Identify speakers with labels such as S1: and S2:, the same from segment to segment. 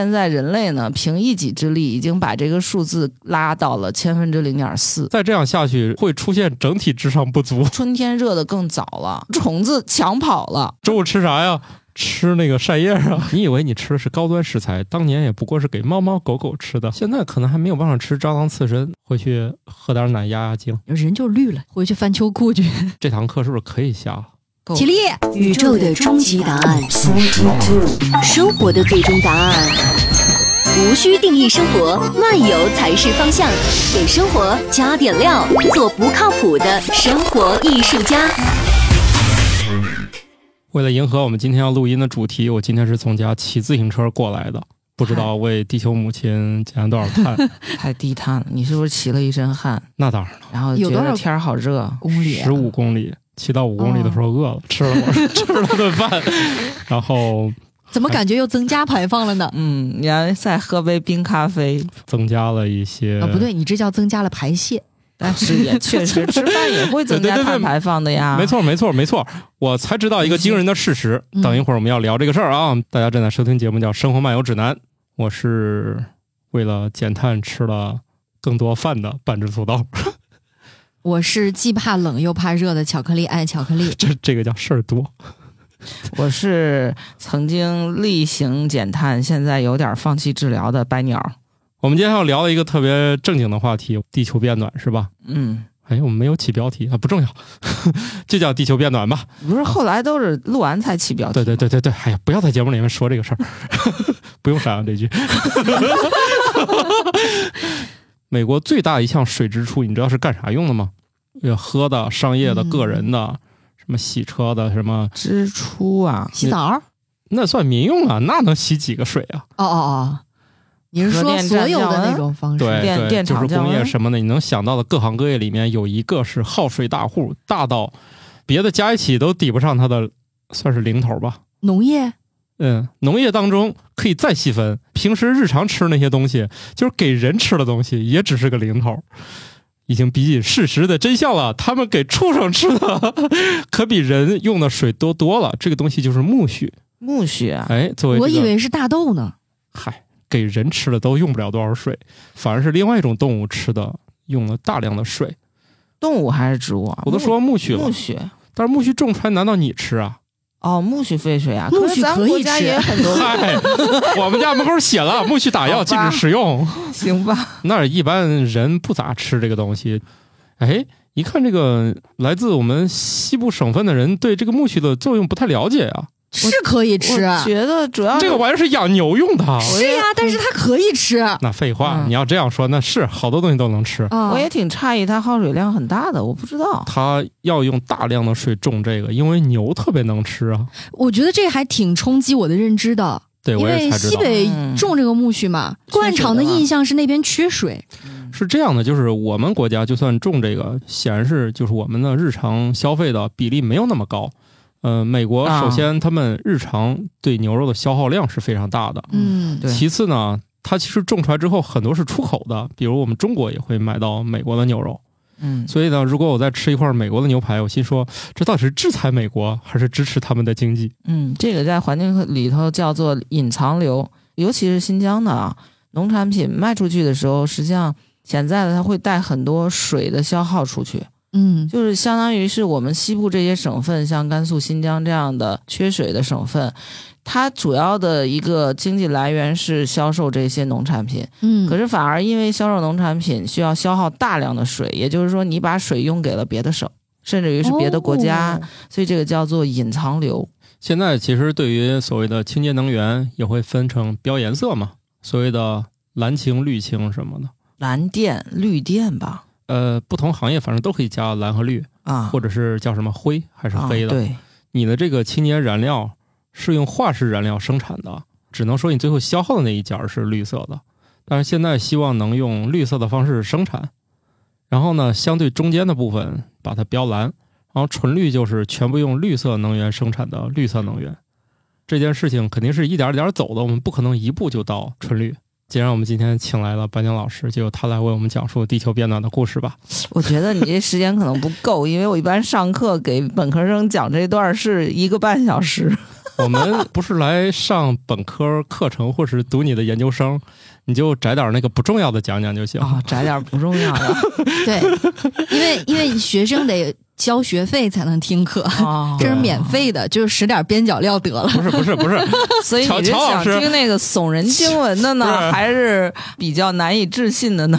S1: 现在人类呢，凭一己之力已经把这个数字拉到了千分之零点四。
S2: 再这样下去会出现整体智商不足。
S1: 春天热的更早了，虫子抢跑了。
S2: 中午吃啥呀？吃那个晒叶啊！ 你以为你吃的是高端食材，当年也不过是给猫猫狗狗吃的，现在可能还没有办法吃蟑螂刺身，回去喝点奶压压惊。
S3: 人就绿了，回去翻秋裤去。
S2: 这堂课是不是可以下？
S1: 够
S3: 起立，
S4: 宇宙的终极答案，生活的最终答案。无需定义生活，漫游才是方向。给生活加点料，做不靠谱的生活艺术家。
S2: 为了迎合我们今天要录音的主题，我今天是从家骑自行车过来的，不知道为地球母亲减了多少 碳。
S1: 太低碳了。你是不是骑了一身汗，
S2: 那当然了，
S1: 然后觉
S3: 有多少
S1: 得天儿好热？
S3: 公里啊
S2: 十五公里，骑到五公里的时候饿了，吃了我 吃了顿饭，然后
S3: 怎么感觉又增加排放了呢？
S1: 嗯，你要再喝杯冰咖啡，
S2: 增加了一些。
S3: 啊、不对，你这叫增加了排泄。
S1: 但是也确实吃饭也会增
S2: 对对
S1: 加
S2: 对对
S1: 碳排放的呀。
S2: 没，错，没错，没错，我才知道一个惊人的事实。
S3: 嗯
S2: 等一会儿我们要聊这个事儿啊！大家正在收听节目叫《生活漫游指南》，我是为了减碳吃了更多饭的半只土豆，
S3: 我是既怕冷又怕热的巧克力爱巧克力。
S2: 这这个叫事儿多。
S1: 我是曾经例行减碳，现在有点放弃治疗的白鸟。
S2: 我们今天要聊一个特别正经的话题，地球变暖是吧？
S1: 嗯，
S2: 哎，我们没有起标题啊，不重要， 就叫地球变暖吧。
S1: 不是后来都是录完才起标
S2: 对
S1: 题。
S2: 对对对对，哎呀，不要在节目里面说这个事儿， 不用删啊这句。 美国最大一项水支出，你知道是干啥用的吗？有喝的、商业的、
S3: 嗯
S2: 个人的，什么洗车的，什么
S1: 支出啊，
S3: 洗澡？
S2: 那算民用啊，那能洗几个水啊？
S3: 哦哦哦，你是
S1: 核
S3: 说
S1: 电
S3: 所
S1: 站
S3: 有
S1: 降
S3: 的那
S1: 温
S3: 种方式？
S2: 对
S1: 电
S2: 对，
S1: 电
S2: 就是
S1: 厂嗯降
S2: 工业
S1: 温
S2: 什么的，你能想到的各行各业里面有一个是耗水大户，大到别的加一起都抵不上它的，算是零头吧。
S3: 农业
S2: 嗯，农业当中可以再细分，平时日常吃那些东西，就是给人吃的东西，也只是个零头，已经逼近事实的真相了。他们给畜生吃的，可比人用的水多多了。这个东西就是苜蓿。
S1: 苜蓿啊，
S2: 哎，作为、这个、
S3: 我以为是大豆呢。
S2: 嗨，给人吃的都用不了多少水，反而是另外一种动物吃的用了大量的水。
S1: 动物还是植物啊？
S2: 我都说苜蓿了
S1: 苜，蓿
S2: 但是苜蓿种出来，难道你吃啊？
S1: 哦，苜蓿废水啊，
S3: 苜蓿
S1: 是咱
S3: 可
S1: 们
S3: 以
S1: 国家
S3: 吃
S1: 也有很 多，
S2: 嗨，我们家门口写了苜蓿打药，
S1: 好吧
S2: 禁止食用。
S1: 行吧？
S2: 那儿一般人不咋吃这个东西。哎，一看这个来自我们西部省份的人对这个苜蓿的作用不太了解啊。
S3: 是可以吃，啊
S1: 我觉得主要
S2: 这个
S1: 是
S2: 玩意儿是养牛用的啊。
S3: 是呀，但是它可以吃啊。
S2: 那废话，
S1: 嗯
S2: 你要这样说，那是好多东西都能吃。
S1: 我也挺诧异，它耗水量很大的，我不知道。
S2: 它要用大量的水种这个，因为牛特别能吃啊。
S3: 我觉得这还挺冲击我的认知的，
S2: 对，
S3: 因
S2: 我也
S3: 为
S2: 才知
S3: 西
S2: 道
S3: 北种这个苜蓿嘛，
S1: 嗯
S3: 惯常的印象是那边缺水。
S2: 是这样的，就是我们国家就算种这个，显然是就是我们的日常消费的比例没有那么高。呃，美国
S1: 啊
S2: 首先他们日常对牛肉的消耗量是非常大的，
S3: 嗯，
S1: 对
S2: 其次呢，它其实种出来之后很多是出口的，比如我们中国也会买到美国的牛肉。
S1: 嗯，
S2: 所以呢，如果我再吃一块美国的牛排，我心说这到底是制裁美国还是支持他们的经济？
S1: 嗯，这个在环境里头叫做隐藏流，尤其是新疆的啊，农产品卖出去的时候，实际上潜在的它会带很多水的消耗出去，
S3: 嗯，
S1: 就是相当于是我们西部这些省份，像甘肃、新疆这样的缺水的省份，它主要的一个经济来源是销售这些农产品，
S3: 嗯，
S1: 可是反而因为销售农产品需要消耗大量的水，也就是说你把水用给了别的省，甚至于是别的国家，
S3: 哦
S1: 所以这个叫做隐藏流。
S2: 现在其实对于所谓的清洁能源也会分成标颜色嘛，所谓的蓝氢、绿氢什么的。
S1: 蓝电、绿电吧，
S2: 呃，不同行业反正都可以加蓝和绿，
S1: 啊，
S2: 或者是叫什么灰还是黑
S1: 啊、
S2: 的。
S1: 对，
S2: 你的这个清洁燃料是用化石燃料生产的，只能说你最后消耗的那一截儿是绿色的。但是现在希望能用绿色的方式生产，然后呢，相对中间的部分把它标蓝，然后纯绿就是全部用绿色能源生产的绿色能源。这件事情肯定是一点儿一点儿走的，我们不可能一步就到纯绿。既然我们今天请来了白鸟老师，就由他来为我们讲述地球变暖的故事吧。
S1: 我觉得你这时间可能不够，因为我一般上课给本科生讲这段是一个半小时。
S2: 我们不是来上本科课程或是读你的研究生，你就摘点儿那个不重要的讲讲就行。
S1: 啊，摘点儿不重要的
S3: 对，因为因为学生得交学费才能听课，
S1: 啊，
S3: 这是免费的，就是使点边角料得了。
S2: 不是不是不是，
S1: 所以
S2: 乔
S1: 你是
S2: 乔老
S1: 想
S2: 师
S1: 听那个耸 人听闻的
S2: 不是
S1: 呢，还是比较难以置信的呢？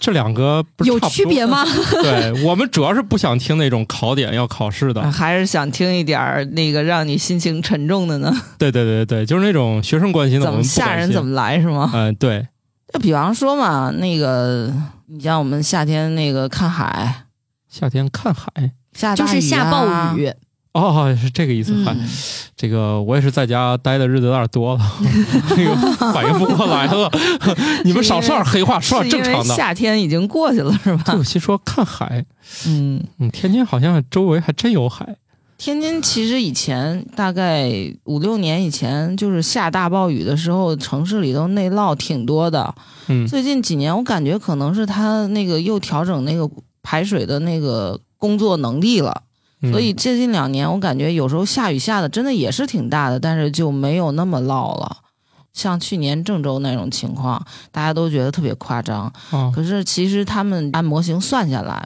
S2: 这两个不是
S3: 有
S2: 差不
S3: 区
S2: 多
S3: 别？吗？
S2: 对我们主要是不想听那种考点要考试的。
S1: 还是想听一点儿那个让你心情沉重的呢？
S2: 对对对对，就是那种学生关心的，
S1: 怎
S2: 我
S1: 么
S2: 们不
S1: 吓
S2: 关
S1: 人
S2: 心
S1: 怎么来是吗？
S2: 嗯、对，
S1: 就比方说嘛，那个你像我们夏天那个看海，
S2: 夏天看海。
S1: 下
S3: 就是下暴
S1: 雨啊
S3: 雨，
S2: 哦，是这个意思。嗨、
S3: 嗯，
S2: 这个我也是在家待的日子有点多了， 这个反应不过 来了。你们少说点黑话，
S1: 啊，
S2: 说
S1: 是
S2: 点正
S1: 因为
S2: 常的。
S1: 夏天已经过去了是吧？
S2: 就有些说看海，
S1: 嗯，
S2: 嗯，天津好像周围还真有海。
S1: 天津其实以前大概五六年以前，就是下大暴雨的时候，城市里头内涝挺多的。
S2: 嗯，
S1: 最近几年，我感觉可能是它那个又调整那个排水的那个工作能力了。
S2: 嗯
S1: 所以最近两年，我感觉有时候下雨下的真的也是挺大的，但是就没有那么涝了。像去年郑州那种情况，大家都觉得特别夸张。
S2: 啊，
S1: 可是其实他们按模型算下来，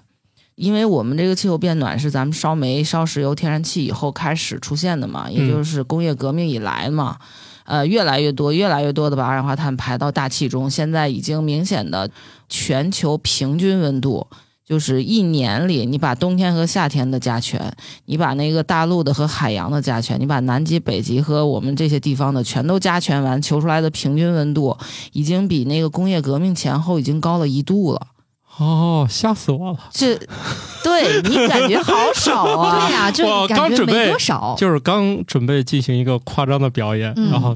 S1: 因为我们这个气候变暖是咱们烧煤、烧石油、天然气以后开始出现的嘛，也就是工业革命以来嘛。呃，越来越多、越来越多的把二氧化碳排到大气中，现在已经明显的全球平均温度，就是一年里你把冬天和夏天的加权，你把那个大陆的和海洋的加权，你把南极、北极和我们这些地方的全都加权完，求出来的平均温度已经比那个工业革命前后已经高了一度了。
S2: 哦，吓死我了！
S1: 这 对你感觉好少啊
S3: 对！呀，就
S2: 我
S3: 感
S2: 刚
S3: 觉
S2: 准
S3: 没
S2: 备
S3: 多少，
S2: 就是刚准备进行一个夸张的表演，
S3: 嗯
S2: 然后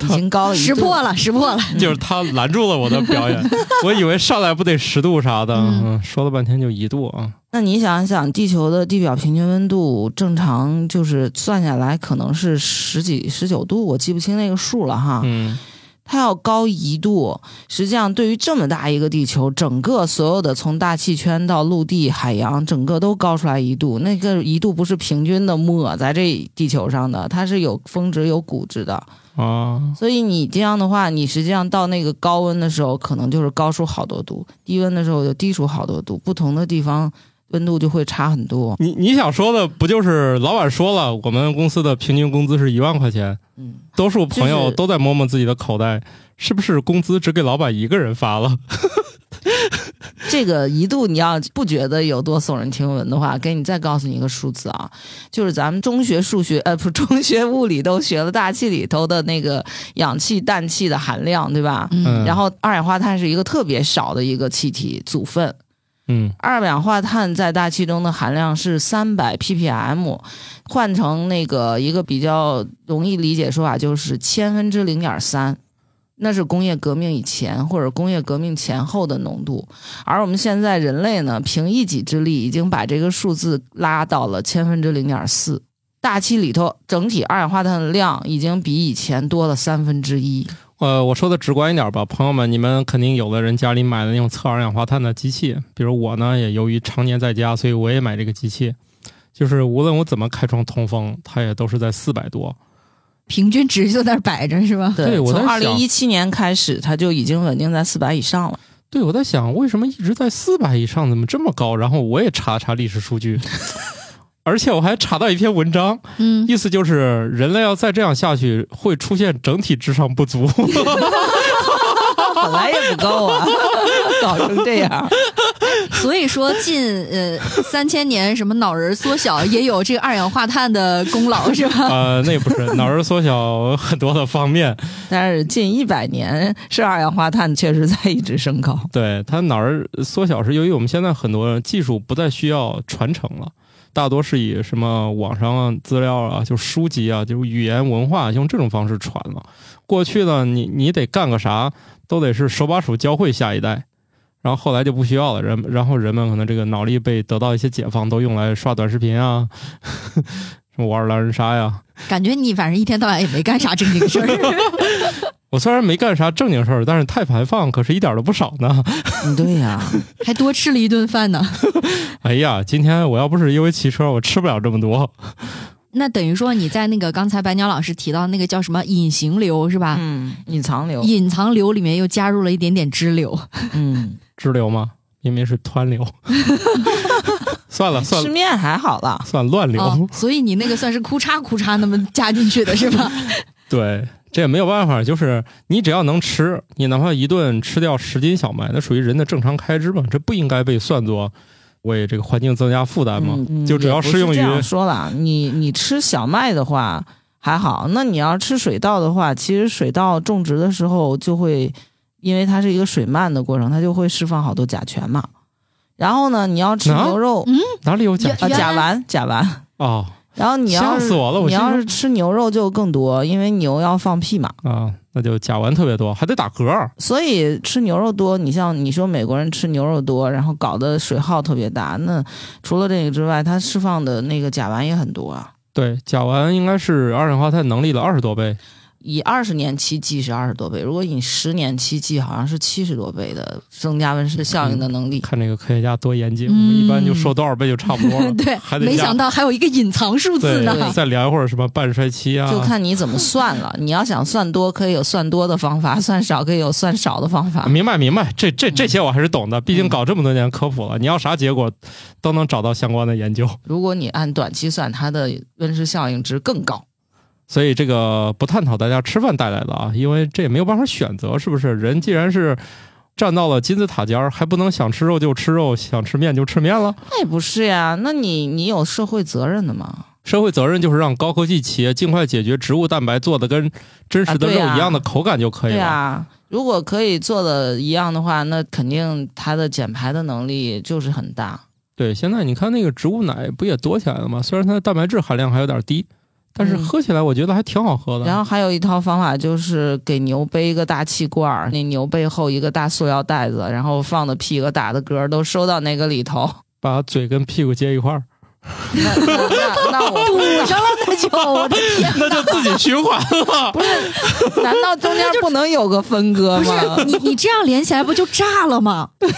S1: 已经高了一
S3: 识
S1: 度
S3: 破了，识破了。
S2: 就是他拦住了我的 表演，我以为上来不得十度啥的，
S3: 嗯
S2: 嗯，说了半天就一度啊，
S1: 那你想想，地球的地表平均温度正常就是算下来可能是十几十九度，我记不清那个数了哈。
S2: 嗯，
S1: 它要高一度，实际上对于这么大一个地球，整个所有的从大气圈到陆地、海洋，整个都高出来一度。那个一度不是平均的抹在这地球上的，它是有峰值有谷值的。
S2: 啊，
S1: 所以你这样的话，你实际上到那个高温的时候，可能就是高出好多度；低温的时候就低出好多度，不同的地方温度就会差很多。
S2: 你你想说的不就是老板说了，我们公司的平均工资是一万块钱，
S1: 嗯，
S2: 多数朋
S1: 就
S2: 友
S1: 是
S2: 都在摸摸自己的口袋，是不是工资只给老板一个人发了？
S1: 这个一度你要不觉得有多耸人听闻的话，给你再告诉你一个数字啊，就是咱们中学数学呃不中学物理都学了大气里头的那个氧气、氮气的含量，对吧？
S2: 嗯
S1: 然后二氧化碳是一个特别少的一个气体组分，
S2: 嗯，
S1: 二氧化碳在大气中的含量是三百 ppm，换成那个一个比较容易理解说法就是千分之零点三，那是工业革命以前或者工业革命前后的浓度。而我们现在人类呢，凭一己之力已经把这个数字拉到了千分之零点四。大气里头整体二氧化碳的量已经比以前多了三分之一。
S2: 呃，我说的直观一点吧，朋友们，你们肯定有的人家里买的那种测二氧化碳的机器，比如我呢，也由于常年在家，所以我也买这个机器，就是无论我怎么开窗通风，它也都是在四百多。
S3: 平均值就在那儿摆着是吧？
S2: 对我
S1: 从
S2: 在
S1: 二
S2: 想
S1: 零一七年开始，它就已经稳定在四百以上了。
S2: 对，我在想为什么一直在四百以上，怎么这么高？然后我也查了查历史数据， 而且我还查到一篇文章，
S3: 嗯，
S2: 意思就是人类要再这样下去，会出现整体智商不足。
S1: 本来也不够啊， 搞成这样。
S3: 所以说近呃三千年什么脑仁缩小也有这个二氧化碳的功劳是吧？
S2: 呃，那不是脑仁缩小很多的方面，
S1: 但是近一百年是二氧化碳确实在一直升高。
S2: 对它脑仁缩小是由于我们现在很多技术不再需要传承了，大多是以什么网上啊资料啊，就书籍啊，就语言文化用这种方式传了。过去呢，你你得干个啥都得是手把手教会下一代。然后后来就不需要了，人然后人们可能这个脑力被得到一些解放，都用来刷短视频啊，什么玩狼人杀呀、
S3: 感觉你反正一天到晚也没干啥正经事儿，
S2: 我虽然没干啥正经事儿，但是碳排放可是一点儿都不少呢。
S1: 嗯，对呀、
S3: 还多吃了一顿饭呢。
S2: 哎呀，今天我要不是因为骑车，我吃不了这么多。
S3: 那等于说你在那个刚才白鸟老师提到那个叫什么隐形流是吧？
S1: 嗯，隐藏
S2: 哦
S1: 流，
S3: 隐藏流里面又加入了一点点支流，
S1: 嗯，
S2: 支流吗？因为是湍流。 算了算
S1: 吃
S2: 了，
S1: 面还好了，
S2: 算乱流。
S3: 哦，所以你那个算是哭嚓哭嚓那么加进去的是 吧？
S2: 对，这也没有办法，就是你只要能吃，你哪怕一顿吃掉十斤小麦，那属于人的正常开支嘛，这不应该被算作为这个环境增加负担嘛？
S1: 嗯
S2: 就只要适用于
S1: 也不是这样说了，你你吃小麦的话还好，那你要吃水稻的话，其实水稻种植的时候就会，因为它是一个水漫的过程，它就会释放好多甲醛嘛。然后呢，你要吃
S2: 啊
S1: 牛肉，
S2: 哪里有甲
S1: 啊，
S3: 原
S1: 甲
S3: 来
S1: 烷，甲烷。
S2: 哦
S1: 然后你要
S2: 吓
S1: 是
S2: 死我了我
S1: 你
S2: 心
S1: 要
S2: 说
S1: 是吃牛肉就更多，因为牛要放屁嘛，
S2: 啊，那就甲烷特别多，还得打嗝儿。
S1: 所以吃牛肉多。你像你说美国人吃牛肉多，然后搞得水耗特别大，那除了这个之外，它释放的那个甲烷也很多啊。
S2: 对，甲烷应该是二氧化碳能力的二十多倍。
S1: 以二十年期计是二十多倍，如果以十年期计，好像是七十多倍的增加温室效应的能力。
S2: 看这个科学家多严谨，我
S3: 嗯
S2: 们一般就说多少倍就差不多 了。
S3: 对
S2: 还，得
S3: 没
S2: 加
S3: 想到还有一个隐藏数字
S2: 对
S3: 呢。
S2: 再聊一会儿什么半衰期啊，
S1: 就看你怎么算 了。你要想算多，可以有算多的方法；算少，可以有算少的方法。
S2: 明白明白，这这这些我还是懂的，毕竟
S1: 啊嗯
S2: 搞这么多年科普了，你要啥结果都能找到相关的研究。
S1: 如果你按短期算，它的温室效应值更高。
S2: 所以这个不探讨大家吃饭带来的啊，因为这也没有办法选择，是不是？人既然是站到了金字塔尖儿，还不能想吃肉就吃肉，想吃面就吃面了？
S1: 那也不是呀，那你你有社会责任的嘛？
S2: 社会责任就是让高科技企业尽快解决植物蛋白做的跟真实的
S1: 啊对
S2: 肉
S1: 呀
S2: 一样的口感就可以
S1: 对
S2: 了。
S1: 啊，如果可以做的一样的话，那肯定它的减排的能力就是很大。
S2: 对，现在你看那个植物奶不也多起来了吗？虽然它的蛋白质含量还有点低，但是
S1: 嗯
S2: 喝起来我觉得还挺好喝的。
S1: 然后还有一套方法就是给牛背一个大气罐儿，那牛背后一个大塑料袋子，然后放的屁和打的嗝儿都收到那个里头。
S2: 把嘴跟屁股接一块儿，
S1: 那那那那
S3: 堵
S1: 我
S3: 上了那就，我的天！
S2: 那就自己循环了。
S1: 难道中间不能有个分割
S3: 不
S1: 吗？
S3: 是你，你这样连起来不就炸了吗？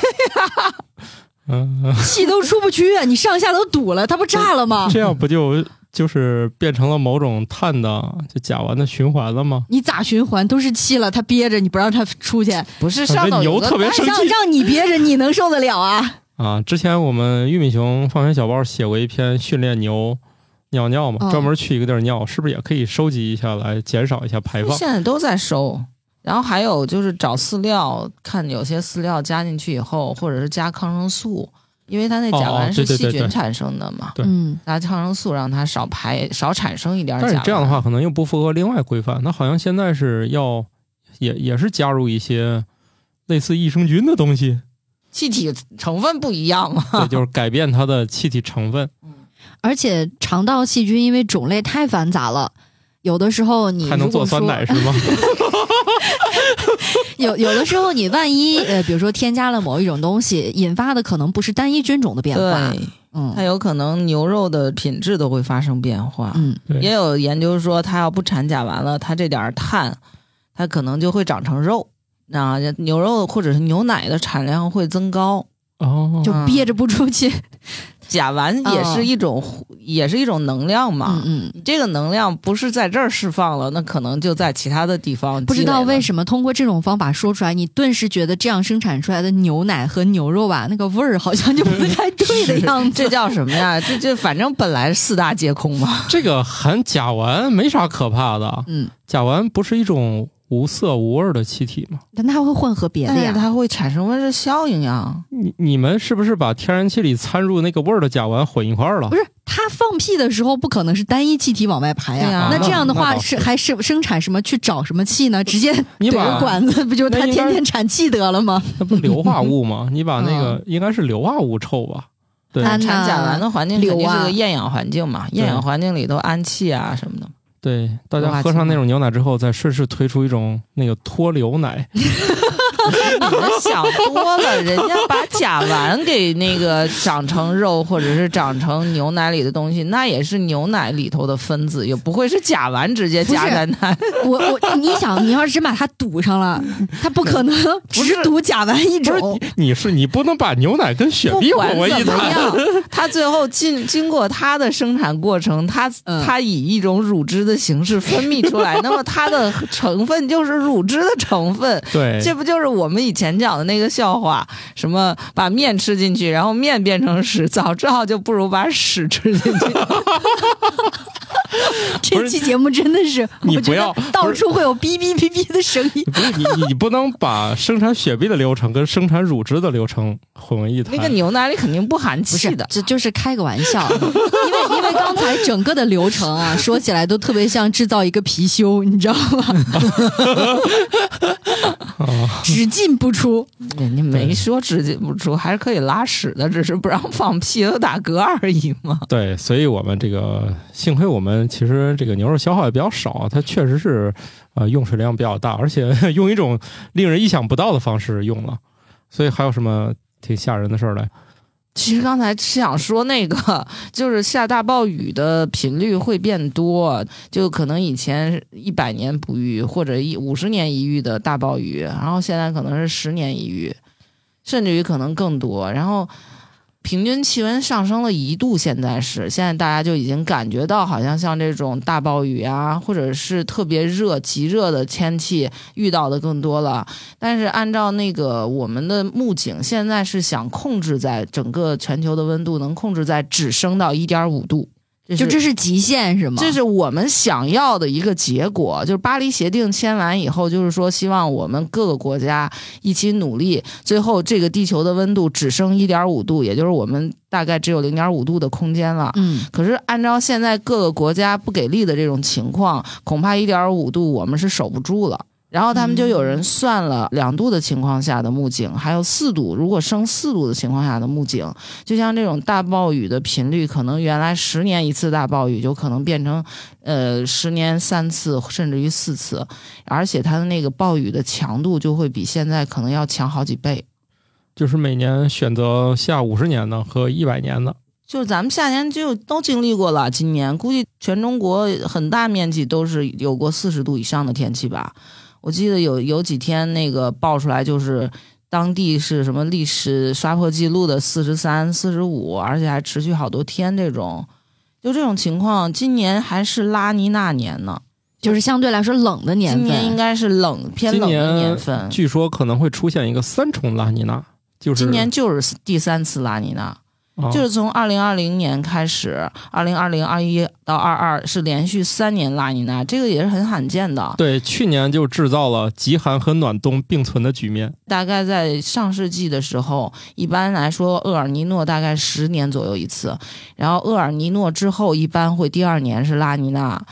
S2: 嗯，嗯
S3: 气都出不去，啊你上下都堵了，它不炸了吗？
S2: 这样不就就是变成了某种碳的就甲烷的循环了吗？
S3: 你咋循环都是气了，它憋着，你不让它出去，让
S1: 不是上头有
S2: 牛
S1: 个
S2: 特别生
S3: 让
S2: 气
S3: 你憋着，你能受得了 啊？
S2: 啊！之前我们玉米熊放学小报写过一篇训练牛尿尿嘛，
S3: 嗯
S2: 专门去一个地儿尿，是不是也可以收集一下来减少一下排放？
S1: 现在都在收。然后还有就是找饲料，看有些饲料加进去以后，或者是加抗生素，因为它那甲
S2: 哦哦
S1: 烷是
S2: 对对
S1: 细
S2: 对对
S1: 菌产生的嘛，
S2: 对
S3: 嗯，
S1: 拿抗生素让它少排少产生一点甲
S2: 但
S1: 烷。
S2: 是这样的话，，可能又不符合另外规范。那好像现在是要也也是加入一些类似益生菌的东西，
S1: 气体成分不一样嘛。
S2: 对，就是改变它的气体成分，
S3: 而且肠道细菌因为种类太繁杂了。有的时候你
S2: 还能
S3: 如果
S2: 做酸
S3: 说
S2: 奶是吗？
S3: 有有的时候你万一呃，比如说添加了某一种东西，引发的可能不是单一菌种的变化，
S1: 对，它
S3: 嗯
S1: 有可能牛肉的品质都会发生变化。
S3: 嗯，
S2: 对
S1: 也有研究说，它要不产甲烷了，它这点儿碳，它可能就会长成肉。那牛肉或者是牛奶的产量会增高，
S2: 哦，
S3: 就
S1: 嗯
S3: 憋着不出去，
S1: 甲烷也是一种、也是一种能量嘛。
S3: 嗯嗯，
S1: 这个能量不是在这儿释放了，那可能就在其他的地方。
S3: 不知道为什么通过这种方法说出来，你顿时觉得这样生产出来的牛奶和牛肉吧，那个味儿好像就 不太对的样子
S1: 这。叫什么呀？ 这这反正本来四大皆空嘛。
S2: 这个含甲烷没啥可怕的，
S3: 嗯，
S2: 甲烷不是一种无色无味儿的气体吗？
S3: 但它会混合别的
S1: 但是
S2: 哎
S3: 呀。
S1: 它会产生温室效应啊呀。
S2: 你你们是不是把天然气里掺入那个味儿的甲烷混一块儿了
S3: 不？是，它放屁的时候不可能是单一气体往外排呀、
S1: 对呀
S3: 那这样的
S2: 那
S3: 话
S2: 倒
S3: 是
S2: 是
S3: 还是生产什么去找什么气呢？直接
S2: 你
S3: 怼
S2: 把
S3: 个管子，不就
S2: 那
S3: 它
S2: 应
S3: 天
S2: 该
S3: 天产气得了吗？
S2: 那不硫化 物吗？你把那
S1: 嗯
S2: 个应该是硫化物臭吧？对，
S3: 啊
S1: 产甲烷的环境肯定是
S3: 硫啊
S1: 个厌氧环境嘛，厌氧环境里头氨气啊什么的。
S2: 对，大
S1: 硫
S2: 家
S1: 化
S2: 喝
S1: 氢
S2: 上那
S1: 吗
S2: 种牛奶之后，再顺势推出一种那个脱硫奶，
S1: 你们想多了，人家把甲烷给那个长成肉，或者是长成牛奶里的东西，那也是牛奶里头的分子，也不会是甲烷直接加在那。
S3: 我我，你想，你要是真把它堵上了，它不可能只堵甲烷一
S2: 不是
S3: 种。
S2: 你，你是你不能把牛奶跟雪
S1: 不
S2: 碧
S1: 管
S2: 混 为一
S1: 怎么
S2: 谈。
S1: 样， 它最后经经过它的生产过程，它
S3: 嗯
S1: 它以一种乳汁的形式分泌出 来，那么它的成分就是乳汁的成分。
S2: 对，
S1: 这不就是我们以前讲的那个笑话？什么把面吃进去，然后面变成屎，早知道就不如把屎吃进 去。
S3: 这期节目真的是，
S2: 你
S3: 我觉
S2: 不要
S3: 得到处会有哔哔哔哔的声音。
S2: 不是 你，你不能把生产雪碧的流程跟生产乳汁的流程混为一谈。
S1: 那个牛奶里肯定不含
S3: 不是
S1: 气的，
S3: 这就是开个玩 笑。因为因为刚才整个的流程啊，说起来都特别像制造一个貔貅，你知道吗？ 只进不嗯出，
S1: 人家没说直接不出，还是可以拉屎的，只是不让放屁和打嗝而已嘛。
S2: 对，所以我们这个幸亏我们其实这个牛肉消耗也比较少，它确实是呃用水量比较大，而且用一种令人意想不到的方式用了。所以还有什么挺吓人的事儿来？
S1: 其实刚才是想说那个，就是下大暴雨的频率会变多，就可能以前一百年不遇或者一五十年一遇的大暴雨，然后现在可能是十年一遇，甚至于可能更多。然后平均气温上升了一度，现在是现在大家就已经感觉到，好像像这种大暴雨啊，或者是特别热、极热的天气遇到的更多了。但是按照那个我们的目警，现在是想控制在整个全球的温度能控制在只升到一点五度，
S3: 就是这是极限是吗？
S1: 这是我们想要的一个结果，就是巴黎协定签完以后，就是说希望我们各个国家一起努力，最后这个地球的温度只升一点五度，也就是我们大概只有零点五度的空间了。
S3: 嗯，
S1: 可是按照现在各个国家不给力的这种情况，恐怕一点五度我们是守不住了。然后他们就有人算了两度的情况下的目警，还有四度，如果升四度的情况下的目警，就像这种大暴雨的频率，可能原来十年一次大暴雨，就可能变成呃十年三次，甚至于四次，而且它的那个暴雨的强度就会比现在可能要强好几倍。
S2: 就是每年选择下五十年的和一百年的，
S1: 就是咱们夏天就都经历过了，今年估计全中国很大面积都是有过四十度以上的天气吧。我记得有有几天那个爆出来，就是当地是什么历史刷破记录的四十三、四十五，而且还持续好多天这种。就这种情况，今年还是拉尼娜年呢，
S3: 就是相对来说冷的年
S1: 今
S3: 份。
S1: 年应该是冷偏冷
S2: 今
S1: 的
S2: 年
S1: 年份。
S2: 据说可能会出现一个三重拉尼娜，就是
S1: 今年就是第三次拉尼娜，
S2: 啊
S1: 就是从二零二零年开始，二零二零、二一到二二是连续三年拉尼娜，这个也是很罕见的。
S2: 对，去年就制造了极寒和暖冬并存的局面。
S1: 大概在上世纪的时候，一般来说厄尔尼诺大概十年左右一次，然后厄尔尼诺之后一般会第二年是拉尼娜，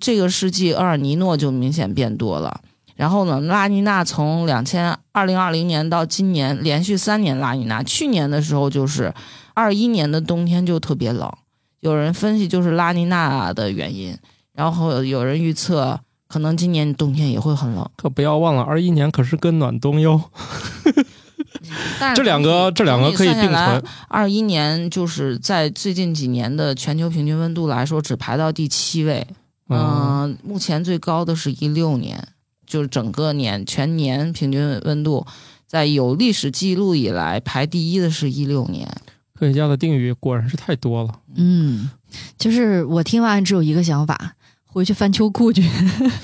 S1: 这个世纪厄尔尼诺就明显变多了。然后呢，拉尼娜从两千二零二零年到今年连续三年拉尼娜，去年的时候就是二一年的冬天就特别冷，有人分析就是拉尼娜的原因，然后有人预测可能今年冬天也会很冷，
S2: 可不要忘了，二一年可是跟暖冬哟。
S1: 但是
S2: 这两
S1: 总
S2: 个
S1: 体
S2: 这两个可以并。
S1: 总体算下来
S2: 存，
S1: 二一年就是在最近几年的全球平均温度来说，只排到第七位。嗯、
S2: 嗯，
S1: 目前最高的是一六年，就是整个年全年平均温度，在有历史记录以来排第一的是一六年。
S2: 科学家的定语果然是太多了。
S3: 嗯，就是我听完只有一个想法，回去翻秋裤去。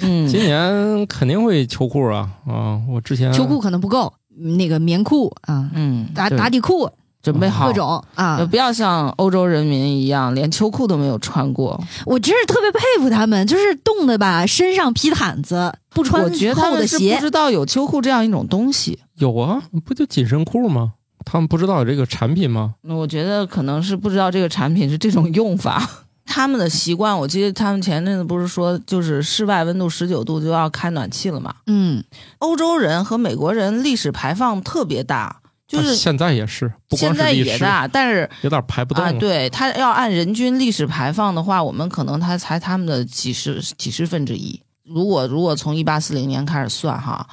S1: 嗯，
S2: 今年肯定会秋裤啊啊！我之前
S3: 秋裤可能不够，那个棉裤啊，
S1: 嗯，
S3: 打
S1: 对
S3: 打底裤
S1: 准备好
S3: 各。种
S1: 呃
S3: 啊，
S1: 不要像欧洲人民一样，连秋裤都没有穿过。
S3: 我真是特别佩服他们，就是冻的吧，身上披毯子，不穿
S1: 我觉得他
S3: 厚的
S1: 们是
S3: 鞋
S1: 不，知道有秋裤这样一种东西。
S2: 有啊，不就紧身裤吗？他们不知道有这个产品吗？
S1: 我觉得可能是不知道这个产品是这种用法。 他们的习惯，我记得他们前阵子不是说，就是室外温度十九度就要开暖气了嘛。
S3: 嗯，
S1: 欧洲人和美国人历史排放特别大，就
S2: 啊
S1: 是
S2: 现在也是，不光
S1: 现
S2: 是
S1: 在
S2: 历
S1: 也
S2: 史，
S1: 大，但是
S2: 有点排不动
S1: 啊，
S2: 了。
S1: 对，他要按人均历史排放的话，我们可能他才他们的几十几十分之一。如果如果从一八四零年开始算哈，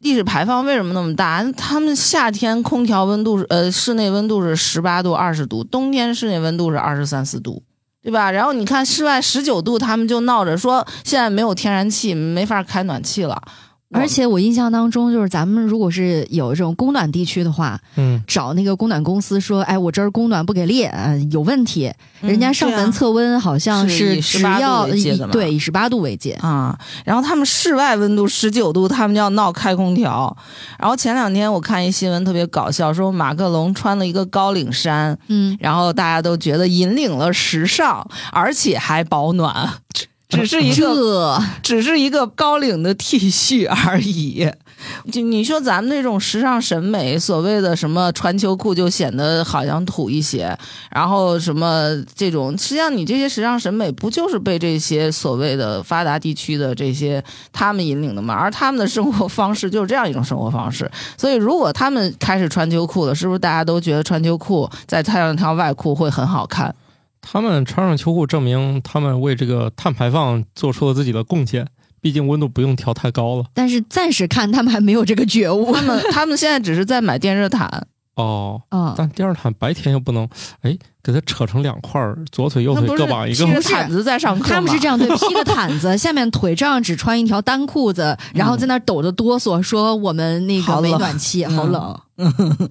S1: 历史排放为什么那么大？他们夏天空调温度是呃室内温度是十八度二十度，冬天室内温度是二十三四度，对吧？然后你看室外十九度，他们就闹着说现在没有天然气，没法开暖气了。
S3: 而且我印象当中，就是咱们如果是有这种供暖地区的话，
S2: 嗯，
S3: 找那个供暖公司说，哎，我这儿供暖不给力，呃有问题。
S1: 嗯
S3: 人家上
S1: 对啊
S3: 门测温好像
S1: 是以
S3: 只
S1: 18
S3: 要
S1: 度为界的嘛
S3: 对以十八度为界，
S1: 啊、然后他们室外温度十九度，他们就要闹开空调。然后前两天我看一新闻特别搞笑，说马克龙穿了一个高领衫，
S3: 嗯，
S1: 然后大家都觉得引领了时尚，而且还保 暖，只是一个
S3: 这
S1: 只是一个高领的 T 恤而已。就 你说咱们这种时尚审美，所谓的什么穿秋裤就显得好像土一些，然后什么这种，实际上你这些时尚审美不就是被这些所谓的发达地区的这些他们引领的嘛？而他们的生活方式就是这样一种生活方式。所以如果他们开始穿秋裤了，是不是大家都觉得穿秋裤再套上条外裤会很好看？
S2: 他们穿上秋裤，证明他们为这个碳排放做出了自己的贡献。毕竟温度不用调太高了。
S3: 但是暂时看他们还没有这个觉悟
S1: 他们他们现在只是在买电热毯。
S2: 哦，
S1: 嗯
S3: 啊。
S2: 但第二毯白天又不能，哎，给它扯成两块儿，左腿右
S1: 那
S2: 腿
S1: 不是
S2: 各绑一个
S1: 披
S2: 吗
S1: 着。毯子在上课吗，
S3: 他们是这样对，披个毯 子，下面腿丈只穿一条单裤子，然后在那儿抖着哆嗦，说我们那
S1: 嗯好
S3: 个没
S1: 冷
S3: 暖气，好
S1: 嗯
S3: 冷。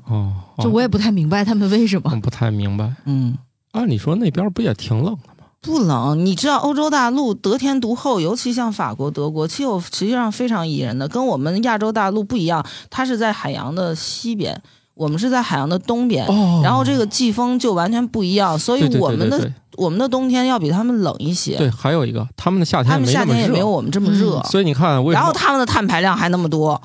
S2: 哦，哦
S3: 就我也不太明白他们为什么
S2: 我不太明白。
S1: 嗯。
S2: 按理说那边不也挺冷的吗？
S1: 不冷，你知道欧洲大陆得天独厚，尤其像法国、德国，气候实际上非常宜人的，跟我们亚洲大陆不一样。它是在海洋的西边，我们是在海洋的东边，
S2: 哦
S1: 呃然后这个季风就完全不一样，所以
S2: 对对对
S1: 我们的
S2: 对对
S1: 我们的冬天要比他们冷一些，
S2: 对，还有一个，他们的夏
S1: 他
S2: 天
S1: 们夏
S2: 那么
S1: 天也没有
S2: 热，
S1: 我们这么热，
S2: 所以你看为什
S1: 然后
S2: 么？
S1: 他们的碳排量还那么多，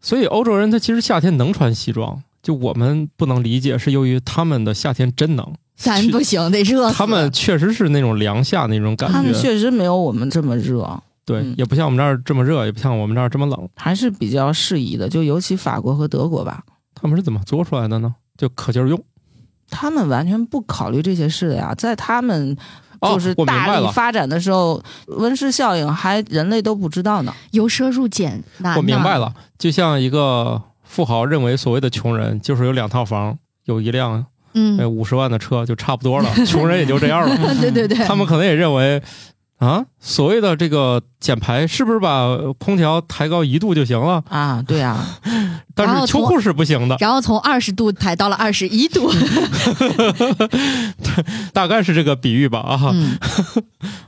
S2: 所以欧洲人他其实夏天能穿西装，就我们不能理解，是由于他们的夏天真能，
S3: 咱不行，得热死。
S2: 他们确实是那种凉夏那种感
S1: 他们
S2: 觉，
S1: 确实没有我们这么热，
S2: 对
S1: 嗯，
S2: 也不像我们这儿这么热，也不像我们这儿这么冷。
S1: 还是比较适宜的，就尤其法国和德国吧。
S2: 他们是怎么做出来的呢？就可劲儿用。
S1: 他们完全不考虑这些事的呀，在他们
S2: 哦
S1: 就是
S2: 我明
S1: 大
S2: 白
S1: 力
S2: 了
S1: 发展的时候，温室效应还人类都不知 道呢。
S3: 由奢入俭难。
S2: 我明白，了，就像一个富豪认为所谓的穷人，就是有两套房，有一辆哎
S3: 嗯，
S2: 五十万的车就差不多 了，穷人也就这样了。
S3: 对对对，
S2: 他们可能也认为，啊，所谓的这个减排是不是把空调抬高一度就行了？
S1: 啊，对啊，
S2: 但是秋裤是不行的，
S3: 然后从二十度抬到了二十 一度。
S2: 大概是这个比喻吧啊。
S3: 嗯，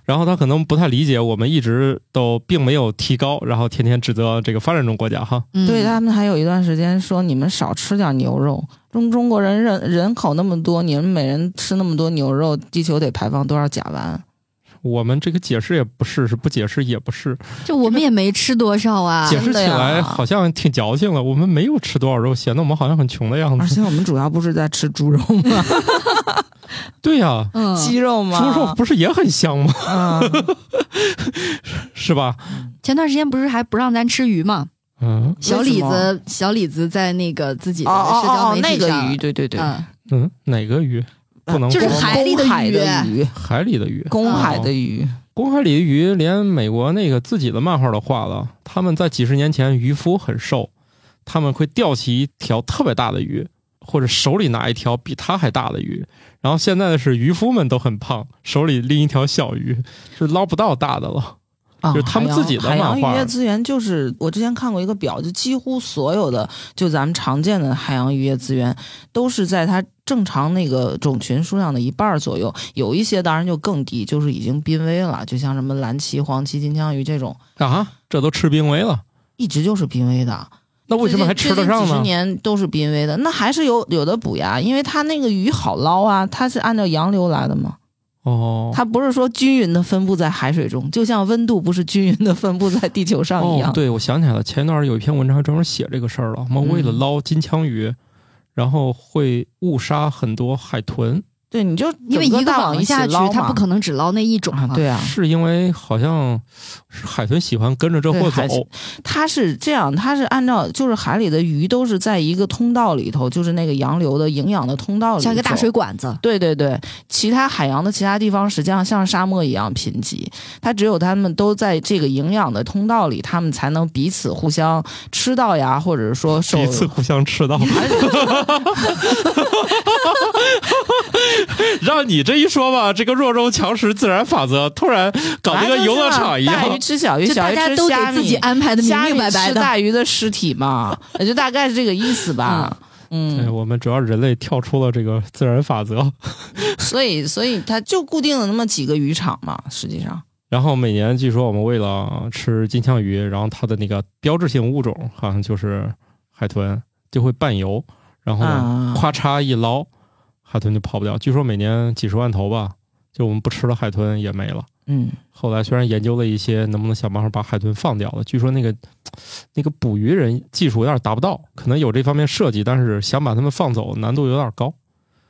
S2: 然后他可能不太理解，我们一直都并没有提高，然后天天指责这个发展中国家哈。
S3: 嗯
S1: 对他们还有一段时间说你们少吃点牛肉，中中国人人人口那么多，你们每人吃那么多牛肉，地球得排放多少甲烷？
S2: 我们这个解释也不是，是不解释也不是，
S3: 就我们也没吃多少啊
S2: 解。释
S1: 真
S2: 起
S1: 的呀
S2: 来好像挺矫情了。我们没有吃多少肉，显得我们好像很穷的样
S1: 而
S2: 子。
S1: 且我们主要不是在吃猪肉吗？
S2: 对呀、
S3: 嗯，
S1: 鸡肉吗？
S2: 猪肉不是也很香吗？
S1: 啊，
S2: 是吧？
S3: 前段时间不是还不让咱吃鱼吗？
S2: 嗯
S3: 小
S1: 为
S3: 李
S1: 什么
S3: 子，小李子在那个自己
S1: 哦
S3: 的
S1: 哦
S3: 社交
S1: 哦，
S3: 媒
S1: 那
S3: 体
S1: 个
S3: 上，
S1: 鱼，对对对，
S3: 嗯，
S2: 嗯，哪个鱼？不能
S3: 就是
S2: 光
S3: 海里的
S1: 公海的
S3: 鱼
S1: 鱼，嗯
S2: 海里的鱼，
S1: 公海的鱼，
S2: 公海里的鱼，连美国那个自己的漫画都画了。他们在几十年前，渔夫很瘦，他们会钓起一条特别大的鱼，或者手里拿一条比它还大的鱼。然后现在的是渔夫们都很胖，手里拎一条小鱼，就捞不到大的了。
S1: 啊
S2: 就是他们自己的
S1: 海洋
S2: 漫画
S1: 海洋渔业资源就是我之前看过一个表，就几乎所有的就咱们常见的海洋渔业资源都是在它正常那个种群数量的一半儿左右，有一些当然就更低，就是已经濒危了，就像什么蓝鳍、黄鳍、金枪鱼这种，
S2: 啊，这都吃濒危了，
S1: 一直就是濒危的。
S2: 那为什么还吃得
S1: 最近
S2: 上
S1: 几十
S2: 呢？
S1: 年都是濒危的，那还是有有的补呀，因为它那个鱼好捞啊，它是按照洋流来的嘛，
S2: 哦，
S1: 它不是说均匀的分布在海水中，就像温度不是均匀的分布在地球上一样。
S2: 哦，对，我想起来了，前一段有一篇文章还专门写这个事儿了。我们为了
S1: 嗯
S2: 捞金枪鱼，然后会误杀很多海豚，
S1: 对，你就
S3: 因为
S1: 整
S3: 一个
S1: 大网
S3: 网
S1: 一起
S3: 下去
S1: 捞，
S3: 它
S1: 嘛
S3: 不可能只捞那一种
S1: 啊，
S3: 嘛。
S1: 对啊，
S2: 是因为好像是海豚喜欢跟着这货
S1: 对海
S2: 走，
S1: 它是这样，它是按照就是海里的鱼都是在一个通道里头，就是那个洋流的营养的通道里，
S3: 像一个大水。管子，
S1: 对对对，其他海洋的其他地方实际上像沙漠一样贫瘠，它只有它们都在这个营养的通道里，它们才能彼此互相吃到呀，或者说受
S2: 彼此互相吃到。 让你这一说吧，这个弱肉强食自然法则突然搞得
S1: 反正就
S2: 跟
S1: 是
S2: 游乐场一
S1: 大鱼
S2: 样。
S1: 吃小鱼，
S3: 就
S1: 哎小鱼
S3: 大家
S1: 吃
S3: 都给
S1: 虾
S3: 自己
S1: 米，
S3: 安排的明
S1: 虾
S3: 明
S1: 米
S3: 白白
S1: 吃
S3: 的。
S1: 大鱼的尸体嘛，也就大概是这个意思吧。嗯，
S2: 对，哎我们主要人类跳出了这个自然法则，
S1: 所以，所以它就固定了那么几个渔场嘛，实际上，
S2: 然后每年据说我们为了吃金枪鱼，然后它的那个标志性物种好像就是海豚，就会伴游，然后呢，
S1: 啊，
S2: 咔嚓一捞，海豚就跑不掉。据说每年几十万头吧，就我们不吃了，海豚也没了。
S1: 嗯，
S2: 后来虽然研究了一些能不能想办法把海豚放掉了，据说那个那个捕鱼人技术有点达不到，可能有这方面设计，但是想把它们放走难度有点高。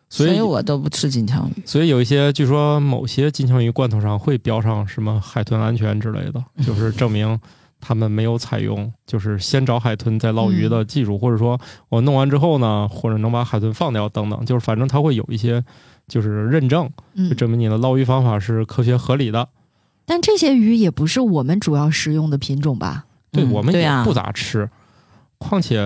S2: 所
S1: 所
S2: 以
S1: 以我都不吃金枪鱼，
S2: 所以有一些据说某些金枪鱼罐头上会标上什么海豚安全之 类的，就是证明他们没有采用就是先找海豚再捞鱼的技
S1: 嗯
S2: 术，或者说我弄完之后呢，或者能把海豚放掉等等，就是反正它会有一些就是认证，
S3: 嗯
S2: 就，证明你的捞鱼方法是科学合理的。
S3: 但这些鱼也不是我们主要食用的品种吧？
S2: 对
S1: 嗯
S2: 我们
S1: 对
S2: 也
S1: 啊
S2: 不咋吃，况且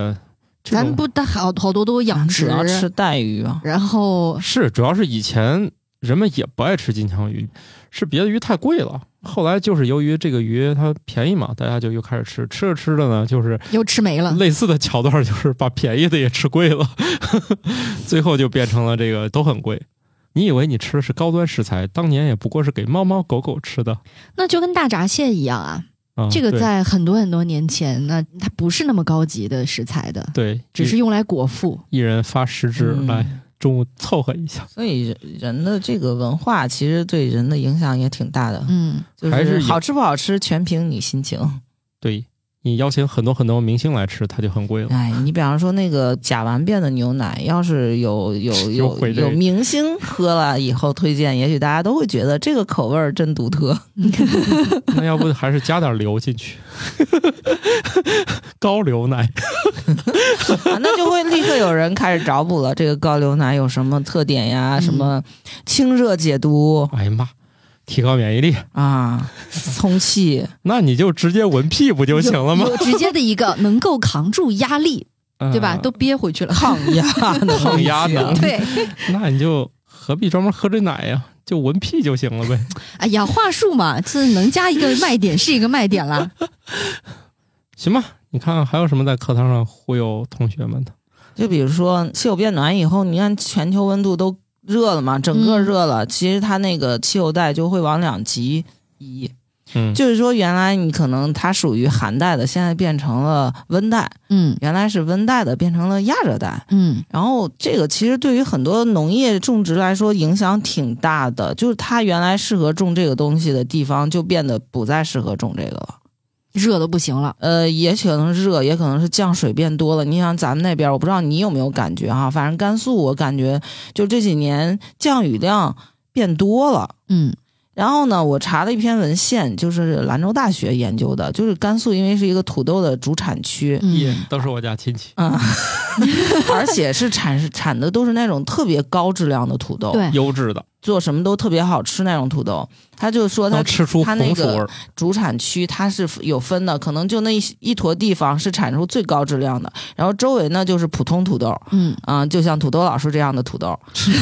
S2: 这
S3: 咱
S2: 种
S3: 不大好好多都养殖
S1: 只，嗯要吃带鱼啊，
S3: 然后
S2: 是主要是以前人们也不爱吃金枪鱼，是别的鱼太贵了。后来就是由于这个鱼它便宜嘛，大家就又开始吃，吃着吃着呢，就是
S3: 又吃没了。
S2: 类似的桥段，就是把便宜的也吃贵了， 最后就变成了这个都很贵。你以为你吃的是高端食材，当年也不过是给猫猫狗狗吃的
S3: 那就跟大闸蟹一样啊，
S1: 嗯
S2: 啊。
S3: 这个
S2: 对
S3: 在很多很多年前，那它不是那么高级的食材的，
S2: 对，
S3: 只是
S2: 一
S3: 用来果腹。
S2: 一人发十只
S1: 嗯
S2: 来中午凑合一下。
S1: 所以人人的这个文化其实对人的影响也挺大的，
S3: 嗯，
S1: 就
S2: 还是有
S1: 好吃不好吃全凭你心情。
S2: 对你邀请很多很多明星来吃，它就很贵了。
S1: 哎，你比方说那个甲烷变的牛奶，要是有有
S2: 又
S1: 有
S2: 回这个
S1: 有明星喝了以后推荐，也许大家都会觉得这个口味儿真独特。
S3: 嗯
S2: 那要不还是加点硫进去， 高硫奶。
S1: 啊，那就会立刻有人开始找补了。这个高硫奶有什么特点呀？
S3: 嗯
S1: 什么清热解毒
S2: 哎呀妈，提高免疫力，
S1: 啊，通气，
S2: 那你就直接闻屁不就行了吗
S3: 有？有直接的一个能够扛住压力，
S1: 啊
S3: 对吧？
S2: 呃
S3: 都憋回去了。
S1: 抗压的
S2: 抗压
S1: 东西啊
S2: 能
S3: 对，
S2: 那你就何必专门喝这奶呀？就闻屁就行了呗。
S3: 哎呀，话术嘛，这能加一个卖点是一个卖点啦。
S2: 行吧，你看看还有什么在课堂上忽悠同学们的？
S1: 就比如说气候变暖以后，你看全球温度都热了嘛，整个
S3: 嗯
S1: 热了，其实它那个气候带就会往两极移，
S2: 嗯，
S1: 就是说原来你可能它属于寒带的，现在变成了温带，
S3: 嗯
S1: 原来是温带的变成了亚热带。
S3: 嗯，
S1: 然后这个其实对于很多农业种植来说影响挺大的，就是它原来适合种这个东西的地方就变得不再适合种这个了。
S3: 热的不行了。
S1: 呃，也可能是热，也可能是降水变多了。你想咱们那边，我不知道你有没有感觉哈、反正甘肃我感觉就这几年降雨量变多了。
S3: 嗯
S1: 然后呢，我查了一篇文献，就是兰州大学研究的，就是甘肃因为是一个土豆的主产区，
S2: 耶
S3: 嗯，，
S2: 都是我家亲戚，
S1: 嗯，而且是产产的都是那种特别高质量的土豆，
S3: 对，
S2: 优质的，
S1: 做什么都特别好吃那种土豆。他就说
S2: 能
S1: 他
S2: 吃出
S1: 它那
S2: 红薯
S1: 个
S2: 味儿。
S1: 主产区它是有分的，可能就那一一坨地方是产出最高质量的，然后周围呢就是普通土豆，
S3: 嗯
S1: 啊、就像土豆老师这样的土豆。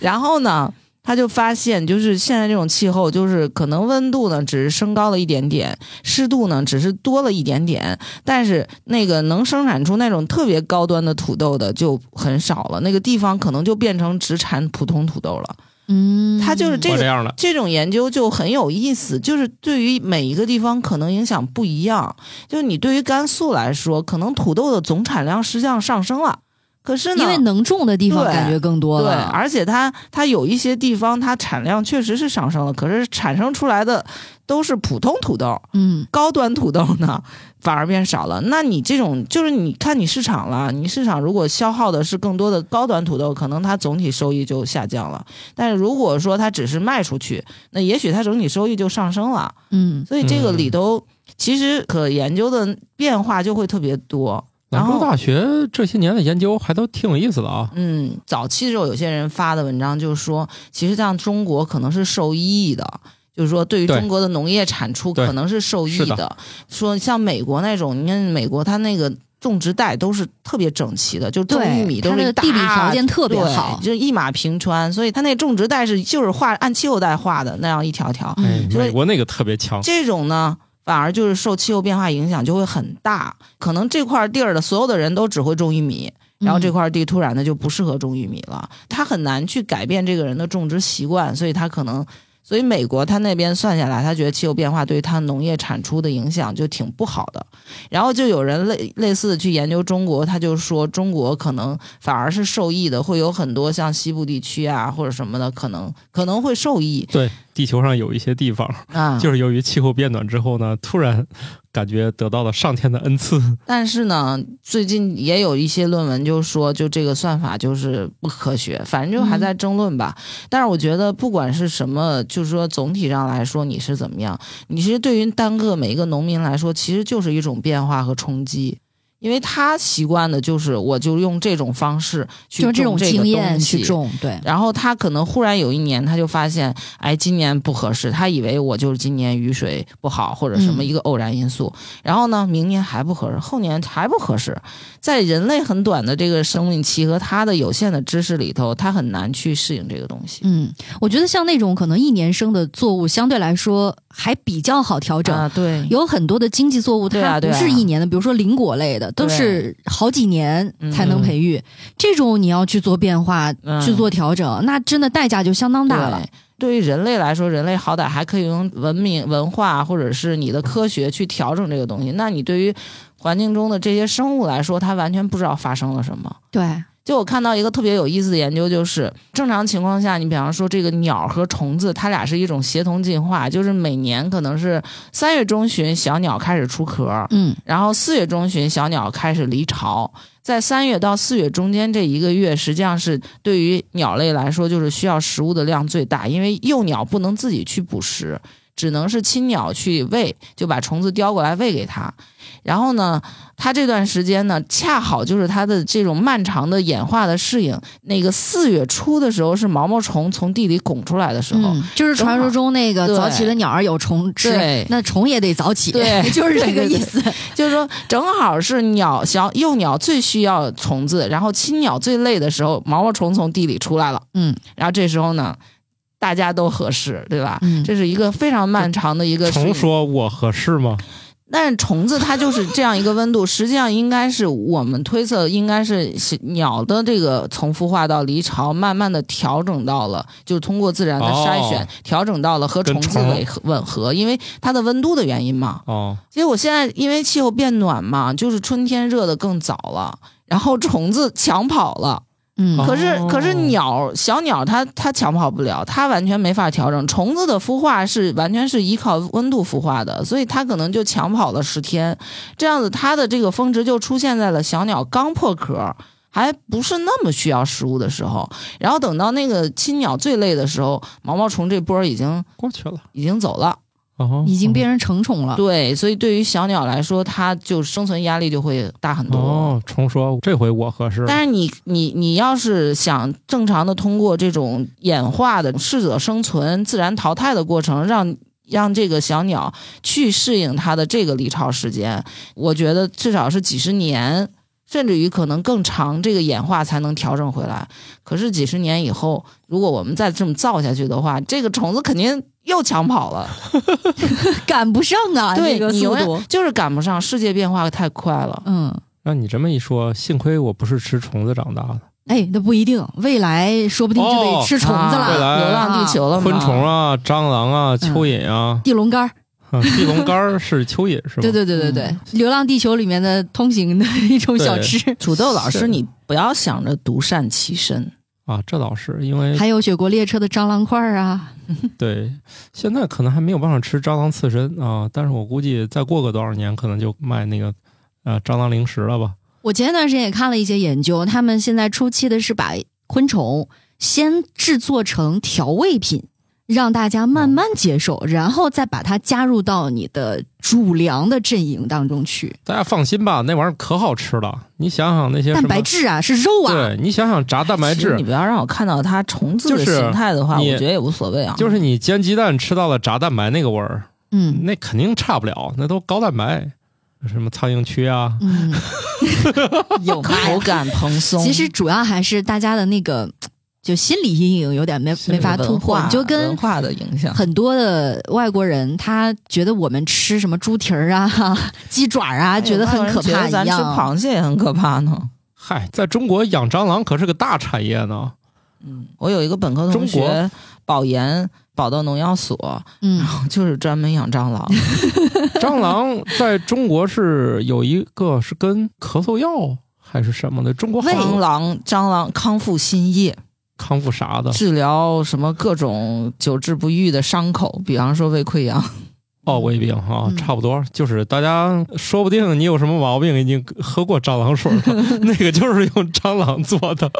S1: 然后呢，他就发现，就是现在这种气候，就是可能温度呢只是升高了一点点，湿度呢只是多了一点点，但是那个能生产出那种特别高端的土豆的就很少了，那个地方可能就变成只产普通土豆了。
S3: 嗯，
S1: 它就是这
S2: 我
S1: 个
S2: 这样的，
S1: 这种研究就很有意思，就是对于每一个地方可能影响不一样。就是你对于甘肃来说，可能土豆的总产量实际上上升了，可是呢，
S3: 因为能种的地方
S1: 对
S3: 感觉更多
S1: 对，
S3: 了。
S1: 而且它它有一些地方它产量确实是上升了，可是产生出来的都是普通土豆，
S3: 嗯，
S1: 高端土豆呢反而变少了。那你这种就是你看你市场了，你市场如果消耗的是更多的高端土豆，可能它总体收益就下降了。但是如果说它只是卖出去，那也许它整体收益就上升了。
S3: 嗯，
S1: 所以这个里头其实可研究的变化就会特别多。然
S2: 兰
S1: 后
S2: 州大学这些年的研究还都挺有意思的啊。
S1: 嗯，早期的时候有些人发的文章就是说，其实像中国可能是受益的。就是说，对于
S2: 对
S1: 中国的农业产出
S2: 对
S1: 可能是受益
S2: 是的
S1: 说像美国那种，你看美国它那个种植带都是特别整齐的，就种玉米都
S3: 对，它
S1: 是
S3: 的
S1: 一大
S3: 地理条件特别
S1: 对
S3: 好。
S1: 就一马平川，所以它那种植带是就是画按气候带画的那样一条条。
S2: 哎
S3: 嗯，，
S1: 所以
S2: 美国那个特别强，
S1: 这种呢，反而就是受气候变化影响就会很大，可能这块地儿的所有的人都只会种玉米，
S3: 嗯
S1: 然后这块地突然的就不适合种玉米了，他很难去改变这个人的种植习惯，所以他可能，所以美国他那边算下来，他觉得气候变化对他农业产出的影响就挺不好的，然后就有人类类似的去研究中国，他就说中国可能反而是受益的，会有很多像西部地区啊或者什么的，可能可能会受益
S2: 对，地球上有一些地方，
S3: 嗯
S1: 啊，
S2: 就是由于气候变暖之后呢，突然感觉得到了上天的恩赐。
S1: 但是呢，最近也有一些论文就说，就这个算法就是不科学，反正就还
S3: 嗯
S1: 在争论吧。但是我觉得，不管是什么，就是说总体上来说，你是怎么样，你其实对于单个每一个农民来说，其实就是一种变化和冲击。因为他习惯的就是，我就用这种方式去
S3: 就这种
S1: 种这个
S3: 经验
S1: 东西
S3: 去种，对，
S1: 然后他可能忽然有一年，他就发现，哎，今年不合适。他以为我就是今年雨水不好或者什么
S3: 嗯
S1: 一个偶然因素，然后呢，明年还不合适，后年还不合适。在人类很短的这个生命期和他的有限的知识里头，他很难去适应这个东西。
S3: 嗯，我觉得像那种可能一年生的作物，相对来说还比较好调整。
S1: 啊，对，
S3: 有很多的经济作物，
S1: 对啊
S3: 它
S1: 对
S3: 不
S1: 啊
S3: 是一年的，比如说林果类的，都
S1: 对
S3: 是好几年才能
S2: 嗯
S3: 培育。这种你要去做变化、
S1: 嗯
S3: 去做调整，那真的代价就相当大了
S1: 对。。对于人类来说，人类好歹还可以用文明、文化或者是你的科学去调整这个东西。那你对于环境中的这些生物来说，它完全不知道发生了什么。
S3: 对，
S1: 就我看到一个特别有意思的研究，就是正常情况下，你比方说这个鸟和虫子，它俩是一种协同进化，就是每年可能是三月中旬小鸟开始出壳，
S3: 嗯
S1: 然后四月中旬小鸟开始离巢，在三月到四月中间这一个月，实际上是对于鸟类来说就是需要食物的量最大，因为幼鸟不能自己去捕食，只能是亲鸟去喂，就把虫子叼过来喂给它。然后呢，它这段时间呢，恰好就是它的这种漫长的演化的适应。那个四月初的时候是毛毛虫从地里拱出来的时候，
S3: 嗯，就是传说中那个
S1: 对
S3: 早起的鸟儿有虫吃
S1: 对，
S3: 那虫也得早起，
S1: 对
S3: 就是这个
S1: 对对对
S3: 意思。
S1: 就是说，正好是鸟小幼鸟最需要虫子，然后亲鸟最累的时候，毛毛虫从地里出来了，
S3: 嗯
S1: 然后这时候呢，大家都合适，对吧？
S3: 嗯，
S1: 这是一个非常漫长的一个适
S2: 虫
S1: 应
S2: 说：“我合适吗
S1: 但是虫子它就是这样一个温度，实际上应该是我们推测应该是是鸟的这个从孵化到离巢，慢慢的调整到了，就是通过自然的筛选、
S2: 哦
S1: 调整到了和
S2: 跟
S1: 虫子
S2: 虫
S1: 为吻合，因为它的温度的原因嘛？”。
S2: 哦，
S1: 结果现在因为气候变暖嘛，就是春天热的更早了，然后虫子抢跑了。
S3: 嗯
S2: 哦
S1: 可是可是鸟小鸟它它抢跑不了，它完全没法调整。虫子的孵化是完全是依靠温度孵化的，所以它可能就抢跑了十天，这样子它的这个峰值就出现在了小鸟刚破壳。还不是那么需要食物的时候，然后等到那个亲鸟最累的时候，毛毛虫这波儿已经
S2: 过去了。
S1: 已经走了，
S2: 哦，
S3: 已经变成成虫了。
S1: 对，所以对于小鸟来说，它就生存压力就会大很多。
S2: 哦，虫说：“这回我合适。”
S1: 但是你你你要是想正常的通过这种演化的适者生存、自然淘汰的过程，让让这个小鸟去适应它的这个离巢时间，我觉得至少是几十年，甚至于可能更长，这个演化才能调整回来。可是几十年以后，如果我们再这么造下去的话，这个虫子肯定又抢跑了。
S3: 赶不上啊，
S1: 对
S3: 这个
S1: 你
S3: 速
S1: 永远
S3: 度。
S1: 就是赶不上，世界变化太快了。
S3: 嗯，
S2: 让你这么一说，幸亏我不是吃虫子长大的，
S3: 哎，那不一定，未来说不定就得
S2: 哦
S3: 吃虫子
S1: 啊
S2: 未
S3: 了，
S2: 来
S3: 嗯
S1: 流浪地球了嘛，
S2: 昆虫啊、蟑螂啊、蚯蚓啊，
S3: 地龙干儿。
S2: 啊， 地龙干儿是蚯蚓是吧？
S3: 对对对对对，
S1: 嗯
S3: 流浪地球》里面的通行的一种小吃，
S1: 土豆老
S2: 是
S1: 师，你不要想着独善其身，
S2: 啊，这倒是因
S1: 哎
S2: 为
S3: 还有雪国列车的蟑螂块儿啊，
S2: 对，现在可能还没有办法吃蟑螂刺身啊，但是我估计再过个多少年，可能就卖那个呃蟑螂零食了吧？
S3: 我前一段时间也看了一些研究，他们现在初期的是把昆虫先制作成调味品，让大家
S1: 哦
S3: 慢慢接受，然后再把它加入到你的主粮的阵营当中去。
S2: 大家放心吧，那玩意儿可好吃了。你想想那些什
S3: 蛋
S2: 么
S3: 白质啊，是肉啊，
S2: 对你想想炸蛋白
S1: 其实
S2: 质
S1: 你，不要让我看到它重字
S2: 就
S1: 的
S2: 是
S1: 形态的话，我
S2: 你
S1: 觉得也无所谓啊。
S2: 就是你煎鸡蛋吃到了炸蛋白那个味儿，
S3: 嗯
S2: 那肯定差不了，那都高蛋白，什么苍蝇蛆啊，
S3: 嗯，有吧
S1: 口感蓬松，
S3: 其实主要还是大家的那个就心理阴影有点没
S2: 心理
S3: 没法突
S1: 文
S3: 破，
S1: 化
S3: 你就跟
S1: 文化的影响。
S3: 很多的外国人，他觉得我们吃什么猪蹄儿啊、 鸡爪儿啊，
S1: 哎
S3: 觉得很可
S1: 有的人
S3: 怕
S1: 觉得咱
S3: 一
S1: 吃
S3: 样。
S1: 螃蟹也很可怕呢。
S2: 嗨，在中国养蟑螂可是个大产业呢。
S1: 嗯，我有一个本科
S2: 中
S1: 同
S2: 国
S1: 学保研保到农药所，
S3: 嗯，
S1: 就是专门养蟑螂。
S2: 蟑螂在中国是有一个是跟咳嗽药还是什么的，中国好
S1: 蟑
S2: 像
S1: 螂蟑螂康复新液，
S2: 康复啥
S3: 啊
S2: 的
S1: 治疗什么各种久治不愈的伤口，比方说胃溃 疡。
S2: 哦，胃病哈
S3: 嗯，
S2: 差不多就是大家说不定你有什么毛病，已经喝过蟑螂水 了，那个就是用蟑螂做的。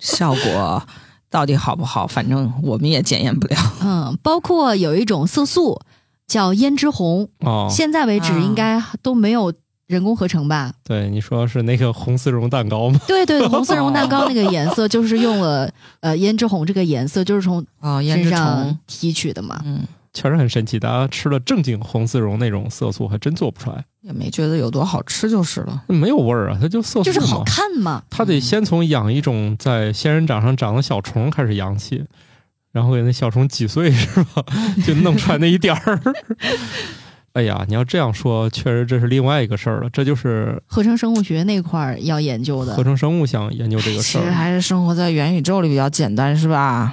S1: 效果到底好不好，反正我们也检验不了。
S3: 嗯，包括有一种色素叫胭脂红，
S2: 哦，
S3: 现在为止
S1: 啊
S3: 应该都没有人工合 成吧？
S2: 对，你说是那个红丝绒蛋糕吗？
S3: 对对，红丝绒蛋糕那个颜色就是 用了呃胭脂红这个颜色，就是从
S1: 啊、胭
S3: 身
S1: 脂
S3: 上
S1: 虫，
S3: 提取的嘛。
S1: 嗯，
S2: 确实很神奇，大家吃了正经红丝绒那种色素，还真做不出来，
S1: 也没觉得有多好吃就是了。
S2: 没有味儿啊，它就
S1: 嗯
S2: 色素嘛。
S3: 就是好看嗯嘛，
S2: 他得先从养一种在仙人掌上长的小虫开始养起，然后给那小虫挤碎 是吧？就弄出来那一点儿。 哎呀，你要这样说，确实这是另外一个事儿了。这就是
S3: 合成生物学那块儿要研究
S2: 合
S3: 的，
S2: 成生物想研究这个
S1: 其实
S2: 事
S3: 啊
S2: 儿，
S1: 还是生活在元宇宙里比较简单，是吧？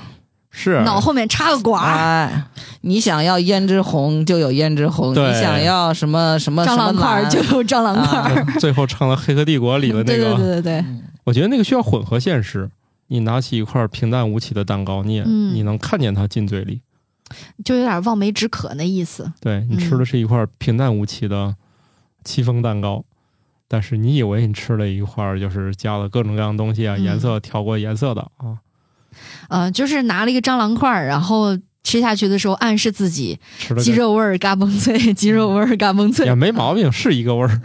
S2: 是啊
S3: 脑后面插个管儿，
S1: 哎，你想要胭脂红就有胭脂红，
S2: 对
S1: 你想要什么什么
S3: 蟑
S1: 什么
S3: 螂块儿
S1: 蓝
S3: 就有蟑 螂块儿。
S1: 啊
S2: 最后成了《黑客帝国》里的那个。
S3: 对对对对对，
S2: 我觉得那个需要混合现实。你拿起一块平淡无奇的蛋糕，你也、
S3: 嗯
S2: 你能看见它进嘴里，
S3: 就有点望梅止渴那意思。
S2: 对你
S3: 嗯
S2: 吃的是一块平淡无奇的戚风蛋糕，但是你以为你吃了一块就是加了各种各样东西啊，
S3: 嗯
S2: 颜色调过颜色的啊，
S3: 呃，就是拿了一个蟑螂块儿，然后吃下去的时候暗示自己
S2: 吃了
S3: 鸡肉味儿嘎嘣脆，鸡肉味儿嘎嘣脆
S2: 也。没毛病，是一个味儿。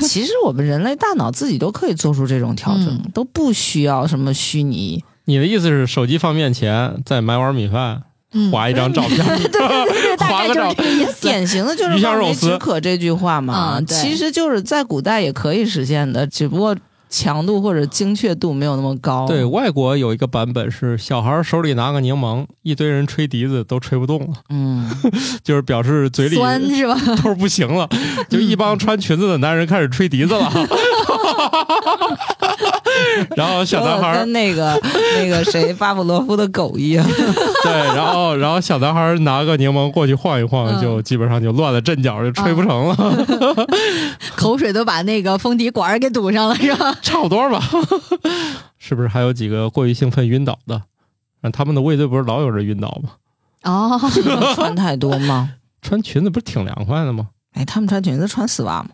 S1: 其实我们人类大脑自己都可以做出这种调整，
S3: 嗯
S1: 都不需要什么虚拟。
S2: 你的意思是手机放面前再买碗米饭，
S3: 嗯，
S2: 划一张照 片，哦
S3: 对对对，大概
S2: 划个
S3: 就是
S2: 照
S3: 这个意思。
S1: 典型的就是
S2: 鱼香
S1: 望
S2: 肉
S1: 梅
S2: 丝嗯
S1: 止渴这句话嘛，
S3: 啊对
S1: 其实就是在古代也可以实现的，只不过强度或者精确度没有那么高。
S2: 对外国有一个版本是小孩手里拿个柠檬，一堆人吹笛子都吹不动了，
S1: 嗯，
S2: 就是表示嘴里
S3: 酸是 吧？
S2: 都是不行了，就一帮穿裙子的男人开始吹笛子了， 然后 小男
S1: 说
S2: 孩
S1: 得
S2: 儿
S1: 跟那 个那个谁巴甫洛夫的狗一样，
S2: 对，然后然后小男孩儿拿个柠檬过去晃一晃，
S3: 嗯
S2: 就基本上就乱了阵脚，就吹不成了，
S1: 嗯
S3: 口水都把那个风笛管儿给堵上了是吧？
S2: 差不多吧？ 是不是还有几个过于兴奋晕倒的？啊他们的卫队不是老有人晕倒吗？
S3: 哦，
S1: 穿太多吗？
S2: 穿裙子不是挺凉快的吗？
S1: 哎，他们穿裙子穿丝袜吗？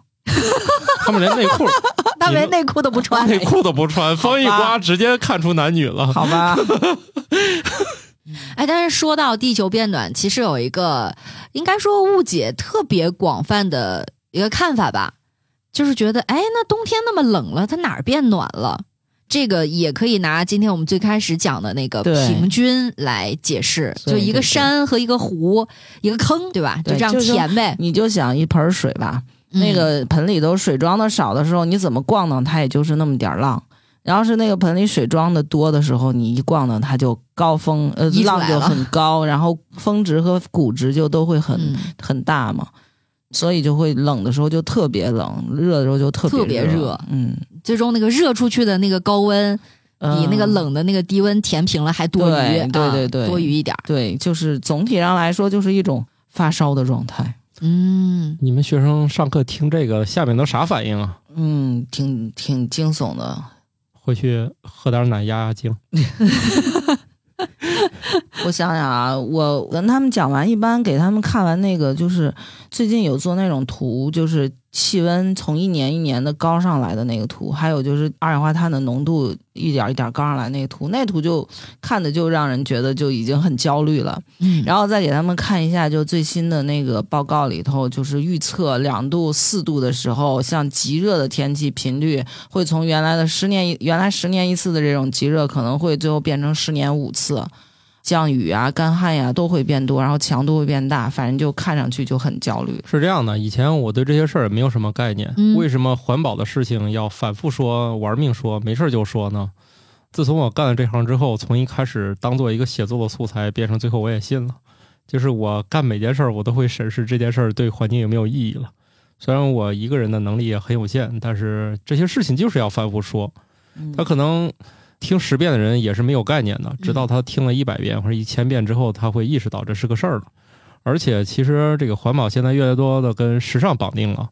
S2: 他们连内 裤
S3: 大连内裤都不穿。
S2: 内裤都不穿，风一
S1: 哎好吧
S2: 刮直接看出男女了。
S1: 好 吧，
S3: 哎，但是说到地球变暖，其实有一个应该说误解特别广泛的一个看法吧，就是觉得哎，那冬天那么冷了，它哪儿变暖了？这个也可以拿今天我们最开始讲的那个
S1: 对
S3: 平均来解释，
S1: 对
S3: 就一
S1: 对
S3: 个
S1: 对
S3: 山和一个湖，一个坑，对吧？
S1: 对
S3: 这样
S1: 就是说
S3: 填呗。
S1: 你就想一盆水吧，
S3: 嗯
S1: 那个盆里头水装的少的时候，你怎么逛荡它也就是那么点儿浪。然后是那个盆里水装的多的时候，你一逛荡它就高峰，呃，
S3: 溢出来
S1: 浪
S3: 了
S1: 就 很高，然后峰值和谷值就都会很、
S3: 嗯
S1: 很大嘛，所以就会冷的时候就特别冷，热的时候就特别
S3: 特别热
S1: 嗯，
S3: 嗯，最终那个热出去的那个高温，比
S1: 嗯
S3: 那个冷的那个低温填平了还多余，
S1: 对对
S3: 啊
S1: 对对
S3: 多余一点儿。
S1: 对，就是总体上来说就是一种发烧的状态。
S3: 嗯，
S2: 你们学生上课听这个，下面都啥反应啊？
S1: 嗯，挺挺惊悚的。
S2: 回去喝点奶压压惊。
S1: 我想想啊，我跟他们讲完，一般给他们看完那个，就是最近有做那种图，就是气温从一年一年的高上来的那个图，还有就是二氧化碳的浓度一点一点高上来那个图，那图就看的就让人觉得就已经很焦虑了。
S3: 嗯
S1: 然后再给他们看一下，就最新的那个报告里头，就是预测两度、四度的时候，像极热的天气频率会从原来的十年一原来十年一次的这种极热，可能会最后变成十年五次。降雨啊、干旱呀、都会变多，然后强度会变大，反正就看上去就很焦虑。
S2: 是这样的，以前我对这些事儿也没有什么概念。
S3: 嗯
S2: 为什么环保的事情要反复说、玩命说、没事儿就说呢？自从我干了这行之后，从一开始当做一个写作的素材，变成最后我也信了。就是我干每件事儿，我都会审视这件事儿对环境有没有意义了。虽然我一个人的能力也很有限，但是这些事情就是要反复说。
S1: 嗯
S2: 他可能听十遍的人也是没有概念的，直到他听了一百遍或者一千遍之后，他会意识到这是个事儿了。而且，其实这个环保现在越来越多的跟时尚绑定了。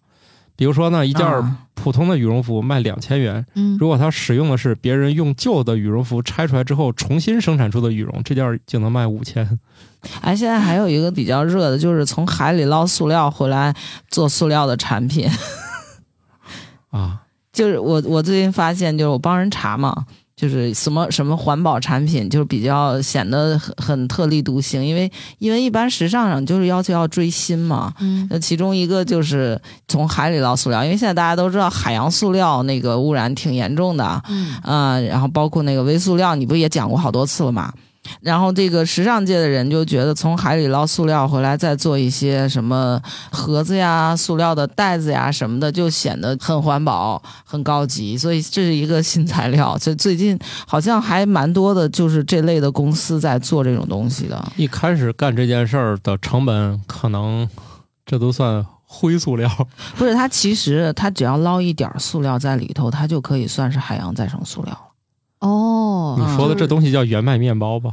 S2: 比如说呢，一
S1: 一
S2: 件儿普通的羽绒服卖两千元，
S3: 嗯
S2: 如果他使用的是别人用旧的羽绒服拆出来之后重新生产出的羽绒，这件儿就能卖五千。
S1: 哎，现在还有一个比较热的，就是从海里捞塑料回来做塑料的产品。
S2: 啊，
S1: 就是我我最近发现，就是我帮人查嘛，就是什么什么环保产品，就是比较显得很很特立独行，因为因为一般时尚上就是要求要追新嘛。
S3: 嗯
S1: 那其中一个就是从海里捞塑料，因为现在大家都知道海洋塑料那个污染挺严重的，
S3: 嗯
S1: 啊、然后包括那个微塑料，你不也讲过好多次了嘛？然后这个时尚界的人就觉得从海里捞塑料回来，再做一些什么盒子呀、塑料的袋子呀什么的，就显得很环保、很高级。所以这是一个新材料，所以最近好像还蛮多的，就是这类的公司在做这种东西的。
S2: 一开始干这件事儿的成本可能这都算灰塑料。
S1: 不是，它其实它只要捞一点儿塑料在里头，它就可以算是海洋再生塑料了。
S3: 哦，
S1: 嗯
S2: 你说的这东西叫原麦面包吧？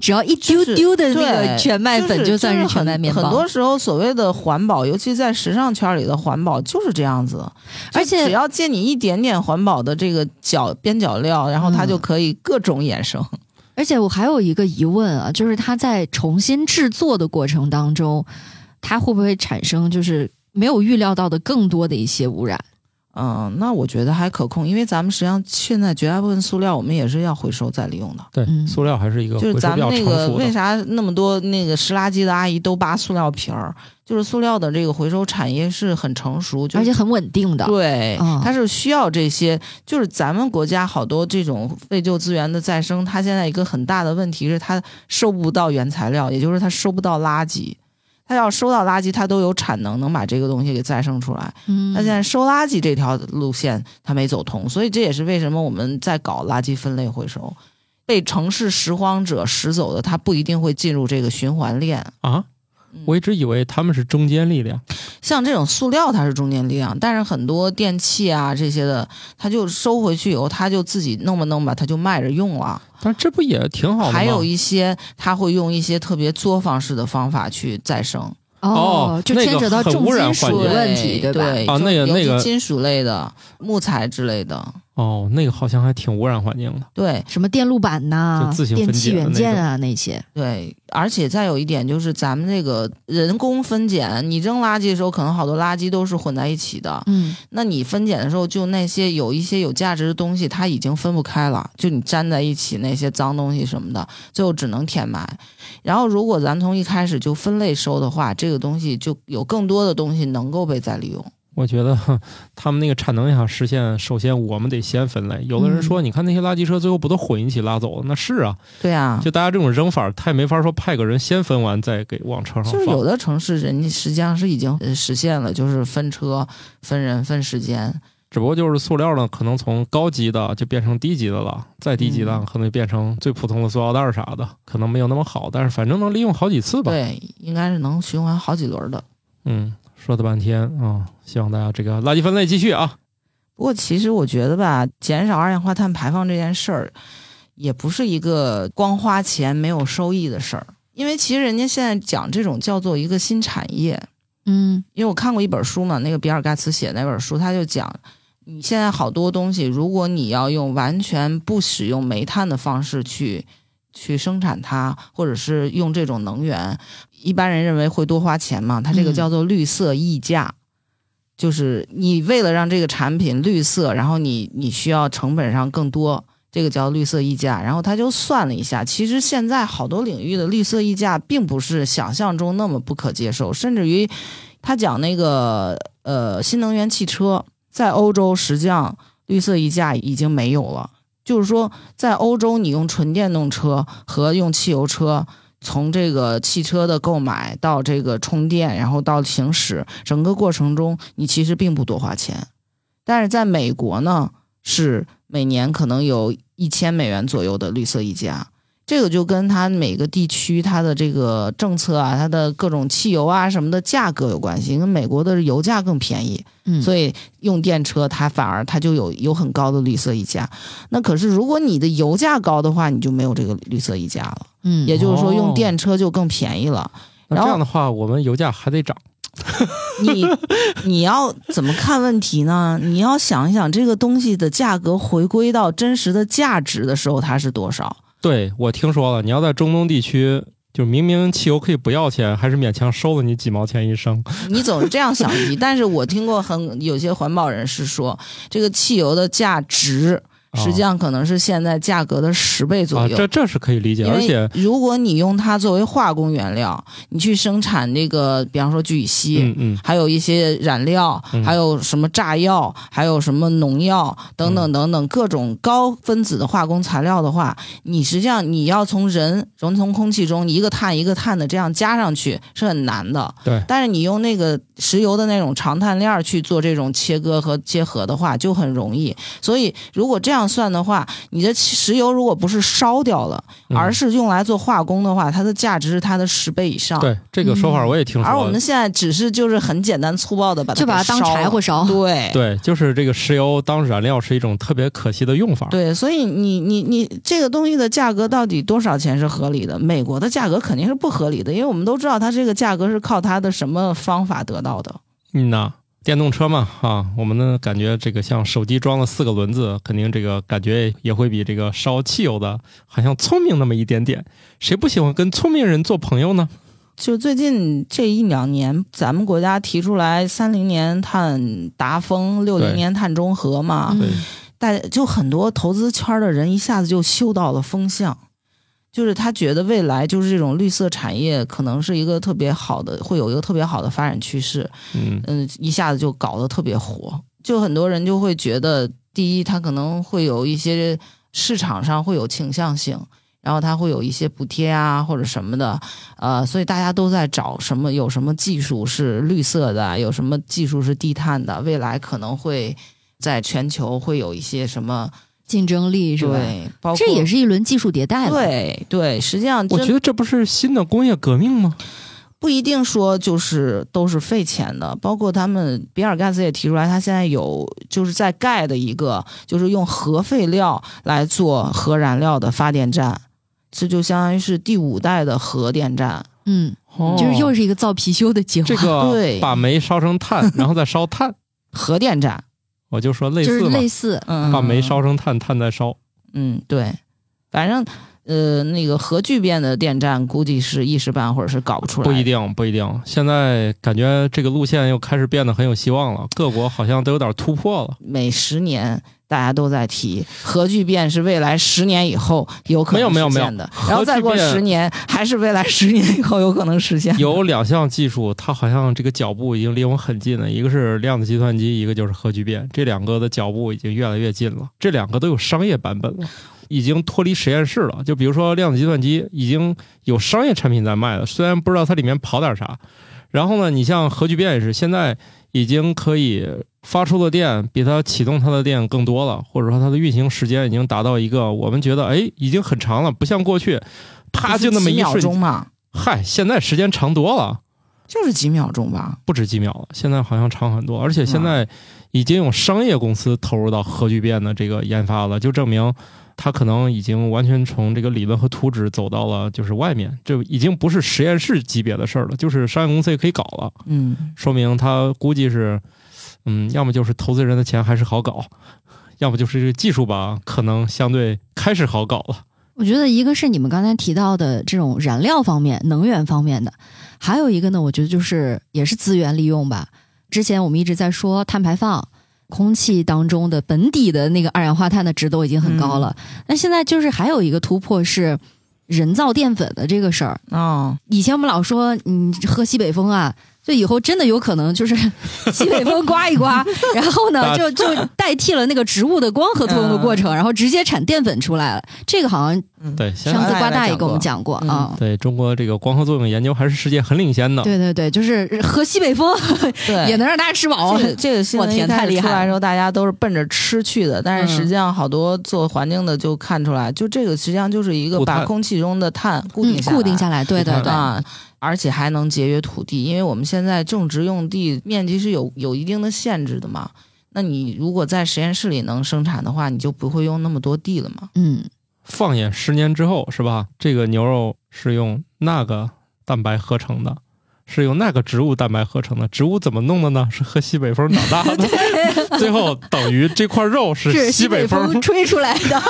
S3: 只要一丢丢的那个
S1: 对
S3: 全麦粉，
S1: 就
S3: 算
S1: 是
S3: 全麦面包。
S1: 很很多时候，所谓的环保，尤其在时尚圈里的环保就是这样子，
S3: 而且
S1: 就只要借你一点点环保的这个角边角料，然后它就可以各种衍生。
S3: 而且我还有一个疑问啊，就是它在重新制作的过程当中，它会不会产生就是没有预料到的更多的一些污染？
S1: 嗯那我觉得还可控，因为咱们实际上现在绝大部分塑料我们也是要回收再利用的。
S2: 对，
S3: 嗯
S2: 塑料还是一个
S1: 就是
S2: 回收
S1: 咱
S2: 比
S1: 们
S2: 较
S1: 那
S2: 成
S1: 个
S2: 熟的
S1: 为。啥那么多那个拾垃圾的阿姨都扒塑料瓶儿？就是塑料的这个回收产业是很成熟，就
S3: 而
S1: 是
S3: 且很稳定的。
S1: 对，
S3: 嗯
S1: 它是需要这些，就是咱们国家好多这种废旧资源的再生，它现在一个很大的问题是它收不到原材料，也就是它收不到垃圾。它要收到垃圾，它都有产能能把这个东西给再生出来。
S3: 嗯
S1: 那现在收垃圾这条路线它没走通，所以这也是为什么我们在搞垃圾分类回收。被城市拾荒者拾走的，它不一定会进入这个循环链。
S2: 啊，
S1: 嗯
S2: 我一直以为他们是中坚力量。
S1: 像这种塑料它是中间力量，但是很多电器啊这些的，它就收回去以后，它就自己弄吧弄吧，它就卖着用了。
S2: 但这不也挺好的吗？
S1: 还有一些它会用一些特别作坊式的方法去再生，
S2: 哦
S3: 就
S2: 那
S3: 牵
S2: 个
S3: 扯到
S2: 很
S3: 重
S2: 污染
S3: 金
S2: 环
S3: 属
S2: 境
S3: 的问题，
S1: 对
S3: 吧？
S2: 啊那个
S1: 尤其
S2: 那个
S1: 金属类的、木材之类的，
S2: 哦，那个好像还挺污染环境的。
S1: 对
S3: 什么电路板呐、
S2: 就自行分
S3: 电
S2: 解的
S3: 器元件啊那些，
S1: 对。而且再有一点就是咱们这个人工分拣，你扔垃圾的时候，可能好多垃圾都是混在一起的，
S3: 嗯，
S1: 那你分拣的时候，就那些有一些有价值的东西，它已经分不开了，就你粘在一起那些脏东西什么的，最后只能填埋。然后，如果咱从一开始就分类收的话，这个东西就有更多的东西能够被再利用。
S2: 我觉得哼他们那个产能想实现，首先我们得先分类。有的
S1: 嗯
S2: 人说，你看那些垃圾车最后不都混一起拉走了？那是啊，
S1: 对啊，
S2: 就大家这种扔法，他也没法说派个人先分完再给往车上
S1: 就是有
S2: 放。
S1: 的城市人家实际上是已经呃实现了，就是分车、分人、分时间。
S2: 只不过就是塑料呢，可能从高级的就变成低级的了，再低级的
S1: 嗯
S2: 可能就变成最普通的塑料袋儿啥的，可能没有那么好，但是反正能利用好几次吧。
S1: 对，应该是能循环好几轮的。
S2: 嗯，说的半天啊、希望大家这个垃圾分类继续啊。
S1: 不过，其实我觉得吧，减少二氧化碳排放这件事儿，也不是一个光花钱没有收益的事儿。因为其实人家现在讲这种叫做一个新产业，
S3: 嗯
S1: 因为我看过一本书嘛，那个比尔盖茨写那本书，他就讲，你现在好多东西，如果你要用完全不使用煤炭的方式去去生产它，或者是用这种能源，一般人认为会多花钱嘛，它这个
S3: 嗯
S1: 叫做绿色溢价。就是你为了让这个产品绿色，然后你你需要成本上更多，这个叫绿色溢价。然后他就算了一下，其实现在好多领域的绿色溢价并不是想象中那么不可接受，甚至于他讲那个呃新能源汽车在欧洲实际上绿色溢价已经没有了，就是说在欧洲你用纯电动车和用汽油车。从这个汽车的购买到这个充电，然后到行驶，整个过程中你其实并不多花钱，但是在美国呢，是每年可能有一千美元左右的绿色溢价。这个就跟它每个地区它的这个政策啊，它的各种汽油啊什么的价格有关系，因为美国的油价更便宜，
S3: 嗯，
S1: 所以用电车它反而它就有有很高的绿色溢价。那可是如果你的油价高的话，你就没有这个绿色溢价了，
S3: 嗯
S1: 也就是说用
S2: 哦
S1: 电车就更便宜了。
S2: 那
S1: 然
S2: 这
S1: 后
S2: 样的话，我们油价还得涨。
S1: 你你要怎么看问题呢？你要想一想这个东西的价格回归到真实的价值的时候，它是多少？
S2: 对我听说了，你要在中东地区，就明明汽油可以不要钱，还是勉强收了你几毛钱一升。
S1: 你总是这样想题，但是我听过很有些环保人士说，这个汽油的价值实际上可能是现在价格的十倍
S2: 哦啊，
S1: 左右。
S2: 这这是可以理解，
S1: 因
S2: 而且
S1: 为如果你用它作为化工原料，你去生产那个，比方说聚乙烯，
S2: 嗯嗯，
S1: 还有一些染料，
S2: 嗯
S1: 还有什么炸药，还有什么农药等等等
S2: 嗯
S1: 等各种高分子的化工材料的话，你实际上你要从人从从空气中一个碳一个碳的这样加上去是很难的。
S2: 对
S1: 但是你用那个石油的那种长碳链儿去做这种切割和结合的话，就很容易。所以如果这样算的话，你的石油如果不是烧掉了，
S2: 嗯
S1: 而是用来做化工的话，它的价值是它的十倍以上。
S2: 对这个说法我也听说
S1: 啊而我
S2: 了
S1: 们。现在只是就是很简单粗暴的把它
S3: 就把它当
S1: 给烧了
S3: 柴火烧。
S1: 对
S2: 对，就是这个石油当燃料是一种特别可惜的用法。
S1: 对，所以你你你这个东西的价格到底多少钱是合理的？美国的价格肯定是不合理的，因为我们都知道它这个价格是靠它的什么方法得到的。
S2: 嗯呐，电动车嘛，啊，我们呢感觉这个像手机装了四个轮子，肯定这个感觉也会比这个烧汽油的好像聪明那么一点点。谁不喜欢跟聪明人做朋友呢？
S1: 就最近这一两年，咱们国家提出来三零年碳达峰、六零
S2: 对
S1: 年碳中和嘛，
S2: 对
S3: 嗯
S1: 大家就很多投资圈的人一下子就嗅到了风向，就是他觉得未来就是这种绿色产业可能是一个特别好的，会有一个特别好的发展趋势。
S2: 嗯，
S1: 嗯，一下子就搞得特别火，就很多人就会觉得，第一，它可能会有一些市场上会有倾向性，然后它会有一些补贴啊或者什么的，呃，所以大家都在找什么有什么技术是绿色的，有什么技术是低碳的，未来可能会在全球会有一些什么
S3: 竞争力是吧？
S1: 对，包括
S3: 这也是一轮技术迭代了。，
S1: 对对，实际上
S2: 我
S1: 真
S2: 觉得这不是新的工业革命吗？
S1: 不一定说就是都是费钱的，包括他们比尔盖茨也提出来，他现在有就是在盖的一个就是用核废料来做核燃料的发电站，这就相当于是第五代的核电站。
S3: 嗯，
S2: 哦
S3: 就是又是一个造貔貅的计划，
S2: 这个
S1: 对
S2: 把煤烧成炭，然后再烧炭，
S1: 核电站，
S2: 我就说类
S3: 就是
S2: 似嘛
S3: 类，似，
S1: 嗯，
S2: 把煤烧成炭，炭再烧。
S1: 嗯，对，反正呃，那个核聚变的电站估计是一时半会儿是搞不出来
S2: 不
S1: 的，
S2: 一定，不一定。现在感觉这个路线又开始变得很有希望了，各国好像都有点突破了。
S1: 每十年大家都在提核聚变是未来十年以后有可
S2: 没有
S1: 能
S2: 没有
S1: 实
S2: 没有
S1: 现的，
S2: 核
S1: 然后再
S2: 聚
S1: 过
S2: 变
S1: 十年还是未来十年以后有可能实现。
S2: 有两项技术，它好像这个脚步已经离我们很近了，一个是量子计算机，一个就是核聚变，这两个的脚步已经越来越近了。这两个都有商业版本了，已经脱离实验室了。就比如说量子计算机已经有商业产品在卖了，虽然不知道它里面跑点啥。然后呢，你像核聚变也是，现在已经可以发出的电比它启动它的电更多了，或者说它的运行时间已经达到一个我们觉得哎已经很长了，不像过去，啪就那么一
S1: 秒
S2: 瞬间
S1: 钟嘛，
S2: 嗨，现在时间长多了，
S1: 就是几秒钟吧。
S2: 不止几秒了，现在好像长很多，而且现在已经有商业公司投入到核聚变的这个研发了，就证明它可能已经完全从这个理论和图纸走到了就是外面，这已经不是实验室级别的事儿了，就是商业公司也可以搞了，
S1: 嗯，
S2: 说明它估计是，嗯，要么就是投资人的钱还是好搞，要不就是这个技术吧，可能相对开始好搞了。
S3: 我觉得一个是你们刚才提到的这种燃料方面、能源方面的，还有一个呢，我觉得就是也是资源利用吧。之前我们一直在说碳排放，空气当中的本底的那个二氧化碳的值都已经很高了，那、现在就是还有一个突破是人造淀粉的这个事儿。
S1: 哦，
S3: 以前我们老说你喝西北风啊。就以后真的有可能就是 西北风刮一刮，然后呢，
S2: 大
S3: 就就代替了那个植物的光合作用的过程，然后直接产淀粉出来了。这个好像
S1: 嗯，
S2: 对，现在
S3: 上次瓜大
S1: 来
S3: 也
S1: 讲
S3: 跟我们
S1: 过
S3: 讲过
S1: 嗯
S3: 啊。
S2: 对中国这个光合作用研究还是世界很领先的。
S3: 对对对，就是喝西北 风
S1: 对，
S3: 也能让大家吃饱
S1: 这。个这个新
S3: 我
S1: 闻一
S3: 天太
S1: 开
S3: 厉
S1: 始出
S3: 害
S1: 来的
S3: 了
S1: 时候，大家都是奔着吃去的，但是
S3: 嗯
S1: 实际上好多做环境的就看出来，就这个实际上就是一个
S2: 固
S1: 把
S2: 碳
S1: 空气中的碳固
S3: 嗯
S1: 定，下来，
S3: 固定下来，嗯对对
S2: 你看
S3: 对，
S1: 啊，而且还能节约土地，因为我们现在种植用地面积是有有一定的限制的嘛。那你如果在实验室里能生产的话，你就不会用那么多地了嘛。
S3: 嗯，
S2: 放眼十年之后，是吧？这个牛肉是用那个蛋白合成的，是用那个植物蛋白合成的。植物怎么弄的呢？是喝西北风长大 的，最后等于这块肉是
S3: 是
S2: 西
S3: 北
S2: 风。，
S3: 吹出来的。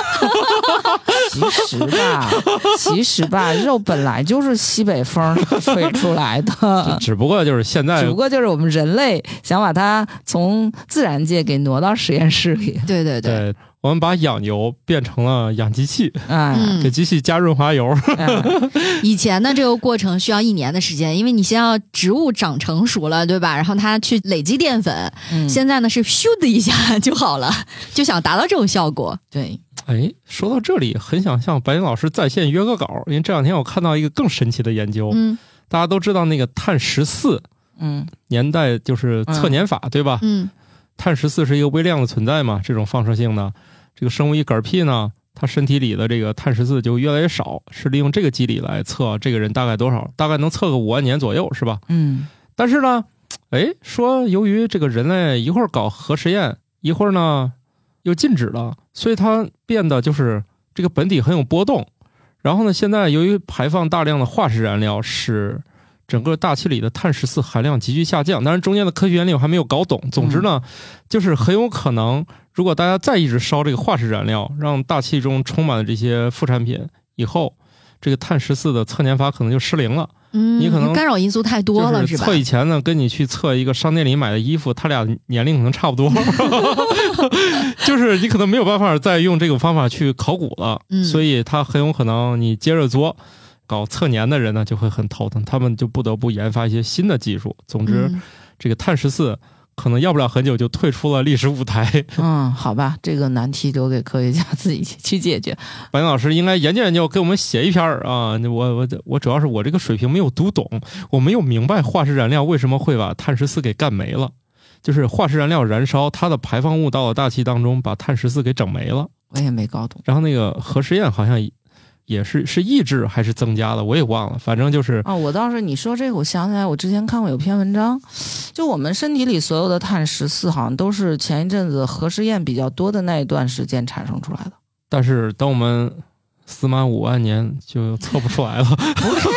S1: 其实吧，其实吧，肉本来就是西北风吹出来的
S2: 只不过就是现在
S1: 只不过就是我们人类想把它从自然界给挪到实验室里。
S3: 对对对，
S2: 对我们把养牛变成了养机器，
S1: 哎，
S2: 给
S3: 嗯，
S2: 机器加润滑 油。
S1: 哎
S3: 以前呢，这个过程需要一年的时间，因为你先要植物长成熟了，对吧？然后它去累积淀粉。
S1: 嗯
S3: 现在呢是咻的一下就好了， 就想达到这种效果。
S1: 对，
S2: 哎，说到这里，很想向白云老师在线约个稿，因为这两天我看到一个更神奇的研究。
S3: 嗯
S2: 大家都知道那个碳十四
S1: 嗯
S2: 年代就是测年法，对吧？
S3: 嗯
S2: 碳十四是一个微量的存在嘛，这种放射性的这个生物一嗝屁呢，它身体里的这个碳十四就越来越少，是利用这个机理来测这个人大概多少，大概能测个五万年左右，是吧？
S1: 嗯
S2: 但是呢，哎，说由于这个人类一会儿搞核实验，一会儿呢又禁止了，所以它变得就是这个本体很有波动。然后呢，现在由于排放大量的化石燃料，使整个大气里的碳十四含量急剧下降。当然，中间的科学原理我还没有搞懂。总之呢，就是很有可能，如果大家再一直烧这个化石燃料，让大气中充满了这些副产品以后，这个碳十四的测年法可能就失灵了。
S3: 嗯，
S2: 你可能
S3: 干扰因素太多了，
S2: 就是
S3: 吧
S2: 测？以前呢，跟你去测一个商店里买的衣服，他俩年龄可能差不 多， 就是你可能没有办法再用这个方法去考古了，
S3: 嗯
S2: 所以他很有可能你接着作。搞测年的人呢就会很头疼，他们就不得不研发一些新的技术。总之，
S3: 嗯
S2: 这个碳十四可能要不了很久就退出了历史舞台。
S1: 嗯，好吧，这个难题留给科学家自己去解决。
S2: 白岩老师应该研究研究，给我们写一篇儿啊！我我我主要是我这个水平没有读懂，我没有明白化石燃料为什么会把碳十四给干没了。就是化石燃料燃烧，它的排放物到了大气当中，把碳十四给整没了。
S1: 我也没搞懂
S2: 然后那个核实验好像也也是是抑制还是增加的，我也忘了，反正就是
S1: 啊、我倒是你说这个，我想起来，我之前看过有篇文章，就我们身体里所有的碳十四，好像都是前一阵子核试验比较多的那一段时间产生出来 的。
S2: 但是等我们司满五万年就测不出来了。
S1: 不是，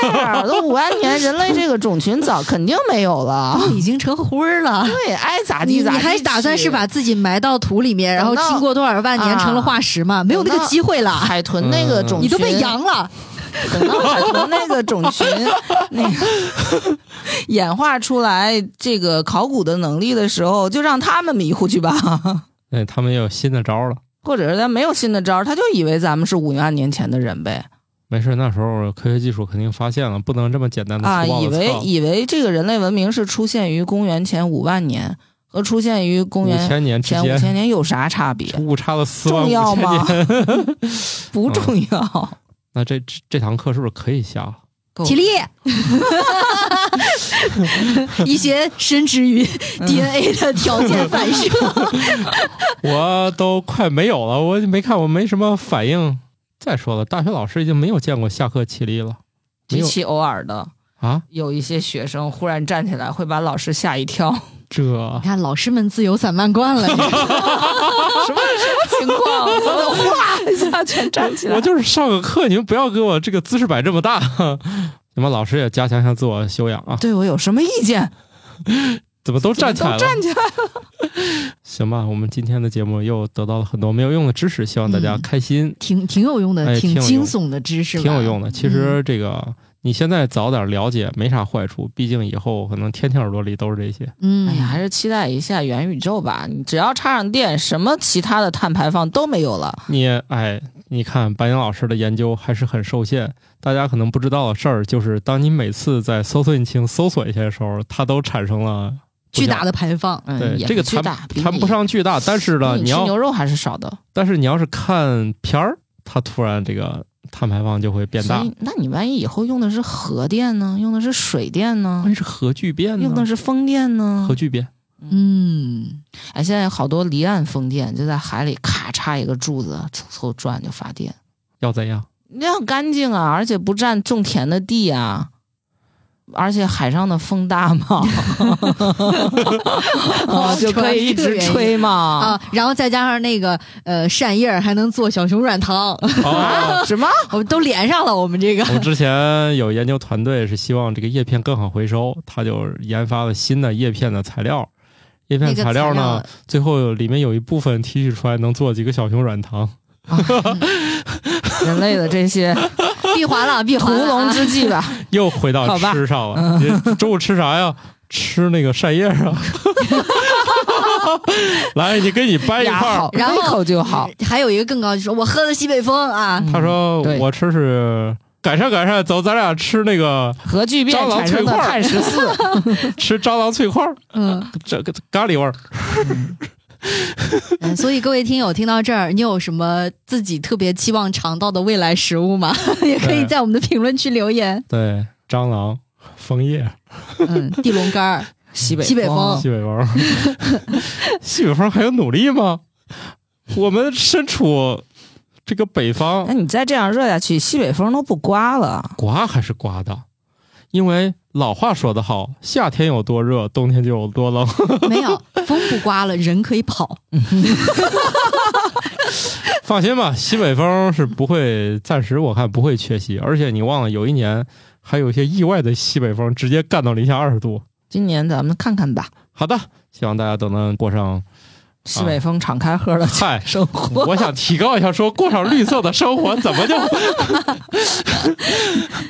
S1: 都五万年，人类这个种群早肯定没有了。
S3: 哦已经成灰儿了。
S1: 对，爱咋
S3: 你
S1: 地咋地
S3: 你还打算
S1: 去
S3: 是把自己埋到土里面，然后
S1: 等到
S3: 经过多少万年
S1: 啊
S3: 成了化石吗？没有那
S1: 等
S3: 个
S1: 到
S3: 机会了，
S1: 海豚那个种群？
S3: 嗯你都被扬了。
S1: 等到海豚那个种 群那个演化出来这个考古的能力的时候，就让他们迷糊去吧。
S2: 哎，他们也有新的招儿了。
S1: 或者是他没有新的招儿，他就以为咱们是五万年前的人呗
S2: 没事，那时候科学技术肯定发现了，不能这么简单的
S1: 啊，
S2: 粗暴
S1: 以
S2: 的测。
S1: 为以为这个人类文明是出现于公元前五万年和出现于公
S2: 五
S1: 元
S2: 千年之
S1: 前
S2: 间
S1: 五千年有啥差别？
S2: 误差了四万五
S1: 重要
S2: 千
S1: 吗
S2: 年。？ 嗯
S1: 不重要。
S2: 那这这这堂课是不是可以下了？
S1: 够
S3: 起立，一些深植于
S1: 嗯
S3: DNA 的条件 反射。
S2: 我都快没有了，我没看，我没什么反应。再说了，大学老师已经没有见过下课起立了，
S1: 极
S2: 没有
S1: 其偶尔的。
S2: 啊，
S1: 有一些学生忽然站起来，会把老师吓一跳。啊
S2: 这
S3: 你看老师们自由散漫惯 了，
S1: 什么什么情 况？我的哗一下全站起来
S2: 我。就是上个课，你们不要给我这个姿势摆这么大。你们老师也加强一下自我修养啊！
S1: 对我有什么意见？
S2: 怎么都站起来了？
S1: 都站起来。
S2: 行吧，我们今天的节目又得到了很多没有用的知识，希望大家
S3: 嗯
S2: 开心。
S3: 挺挺有用的，
S2: 哎挺有
S3: 惊
S2: 用
S3: 悚的知识吧，
S2: 挺有用的。其实
S1: 嗯
S2: 这个你现在早点了解没啥坏处，毕竟以后可能天天耳朵里都是这些。
S3: 嗯，
S1: 哎
S3: 嗯，
S1: 呀，还是期待一下元宇宙吧。你只要插上电，什么其他的碳排放都没有了。
S2: 你哎，你看白宁老师的研究还是很受限。大家可能不知道的事儿就是，当你每次在搜索引擎搜索一些的时候，它都产生了不
S3: 巨
S2: 像
S3: 大的排放，
S2: 对
S1: 嗯，也
S2: 这个
S1: 巨
S2: 谈
S1: 大，比
S2: 谈
S1: 你
S2: 不上巨大，但是呢，
S1: 比
S2: 你
S1: 你吃
S2: 要
S1: 牛肉还是少的，
S2: 但是你要是看片儿，它突然这个碳排放就会变大
S1: 所。以那你万一以后用的是核电呢？用的是水电呢
S2: 关？键是核聚变
S1: 用
S2: 呢
S1: 的，是风电呢
S2: 核？聚变
S3: 嗯，
S1: 哎，现在好多离岸风电就在海里咔插一个柱子，嗖嗖转就发电，
S2: 要怎 样？
S1: 那样干净啊，而且不占种田的地啊，而且海上的风大 嘛，
S3: 嗯
S1: 啊就可以一
S3: 哦
S1: 直吹嘛。
S3: 啊，然后再加上那个呃扇叶儿，还能做小熊软糖，
S2: 哦，
S1: 什么？
S3: 我们都连上了。我们这个
S2: 我们之前有研究团队是希望这个叶片更好回收，他就研发了新的叶片的材料。叶
S3: 那
S2: 片
S3: 个
S2: 材料呢， 最后里面有一部分提取出来能做几个小熊软糖。
S1: 人类的这些
S3: 材料闭环了，闭
S1: 屠
S3: 环了
S1: 龙
S3: 啊。
S1: 之计吧，
S2: 又回到
S1: 好吧嗯
S2: 吃上了，你中午吃啥呀？吃那个扇叶啊。 来，你跟你掰一
S1: 牙
S2: 块儿
S1: 好。，
S3: 然后
S1: 胃口就好。
S3: 还有一个更高，就说我喝的西北风啊，
S1: 嗯
S2: 他说
S1: 对
S2: 我吃是改善改善，走，咱俩吃那个
S1: 嗯核聚变
S2: 蟑螂
S1: 产生的
S2: 脆块儿
S1: 碳十四，
S2: 吃蟑螂脆块儿，
S3: 嗯
S2: 这个咖喱味儿。
S3: 嗯，所以各位听友听到这儿，你有什么自己特别期望尝到的未来食物吗？ 也可以
S2: 对
S3: 在我们的评论区留言。
S2: 对，蟑螂、枫叶。
S3: 嗯，地龙干儿，
S1: 西
S3: 西北
S1: 风
S3: 风
S2: 西北 风，西北风还有努力吗？我们身处这个北
S1: 那
S2: 方，
S1: 哎你再这样热下去，西北风都不刮了。
S2: 刮还是刮的，因为老话说得好，夏天有多热，冬天就有多冷。
S3: 没有风不刮了，人可以跑。
S2: 放心吧，西北风是不会，暂时我看不会缺席。而且你忘了，有一年还有一些意外的西北风，直接干到零下二十度。
S1: 今年咱们看看吧，
S2: 好的，希望大家都能过上。
S1: 西
S2: 啊
S1: 北风敞开喝了
S2: 嗨，
S1: 生活。
S2: 我想提高一下说，过上绿色的生活，怎 么就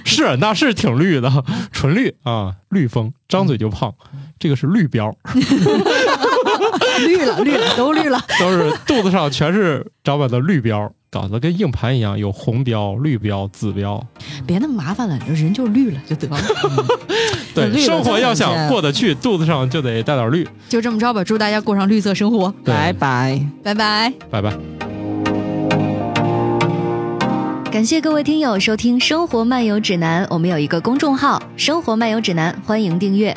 S2: 是啊那是挺绿的，纯绿啊，绿风，张嘴就胖，
S1: 嗯
S2: 这个是绿标，
S3: 啊绿了，绿了，都绿了。
S2: 都是肚子上全是长满的绿标，搞得跟硬盘一样，有红标、绿标、紫标。
S3: 别那么麻烦了，人就绿了就得了。
S2: 对，
S1: 绿的
S2: 生活
S1: 才
S2: 要
S1: 能见
S2: 想过得去，肚子上就得带点绿。
S3: 就这么着吧，祝大家过上绿色生活，
S2: 对
S1: 拜，拜。
S3: 拜拜。
S2: 拜拜。
S4: 感谢各位听友收听《生活漫游指南》，我们有一个公众号《生活漫游指南》，欢迎订阅。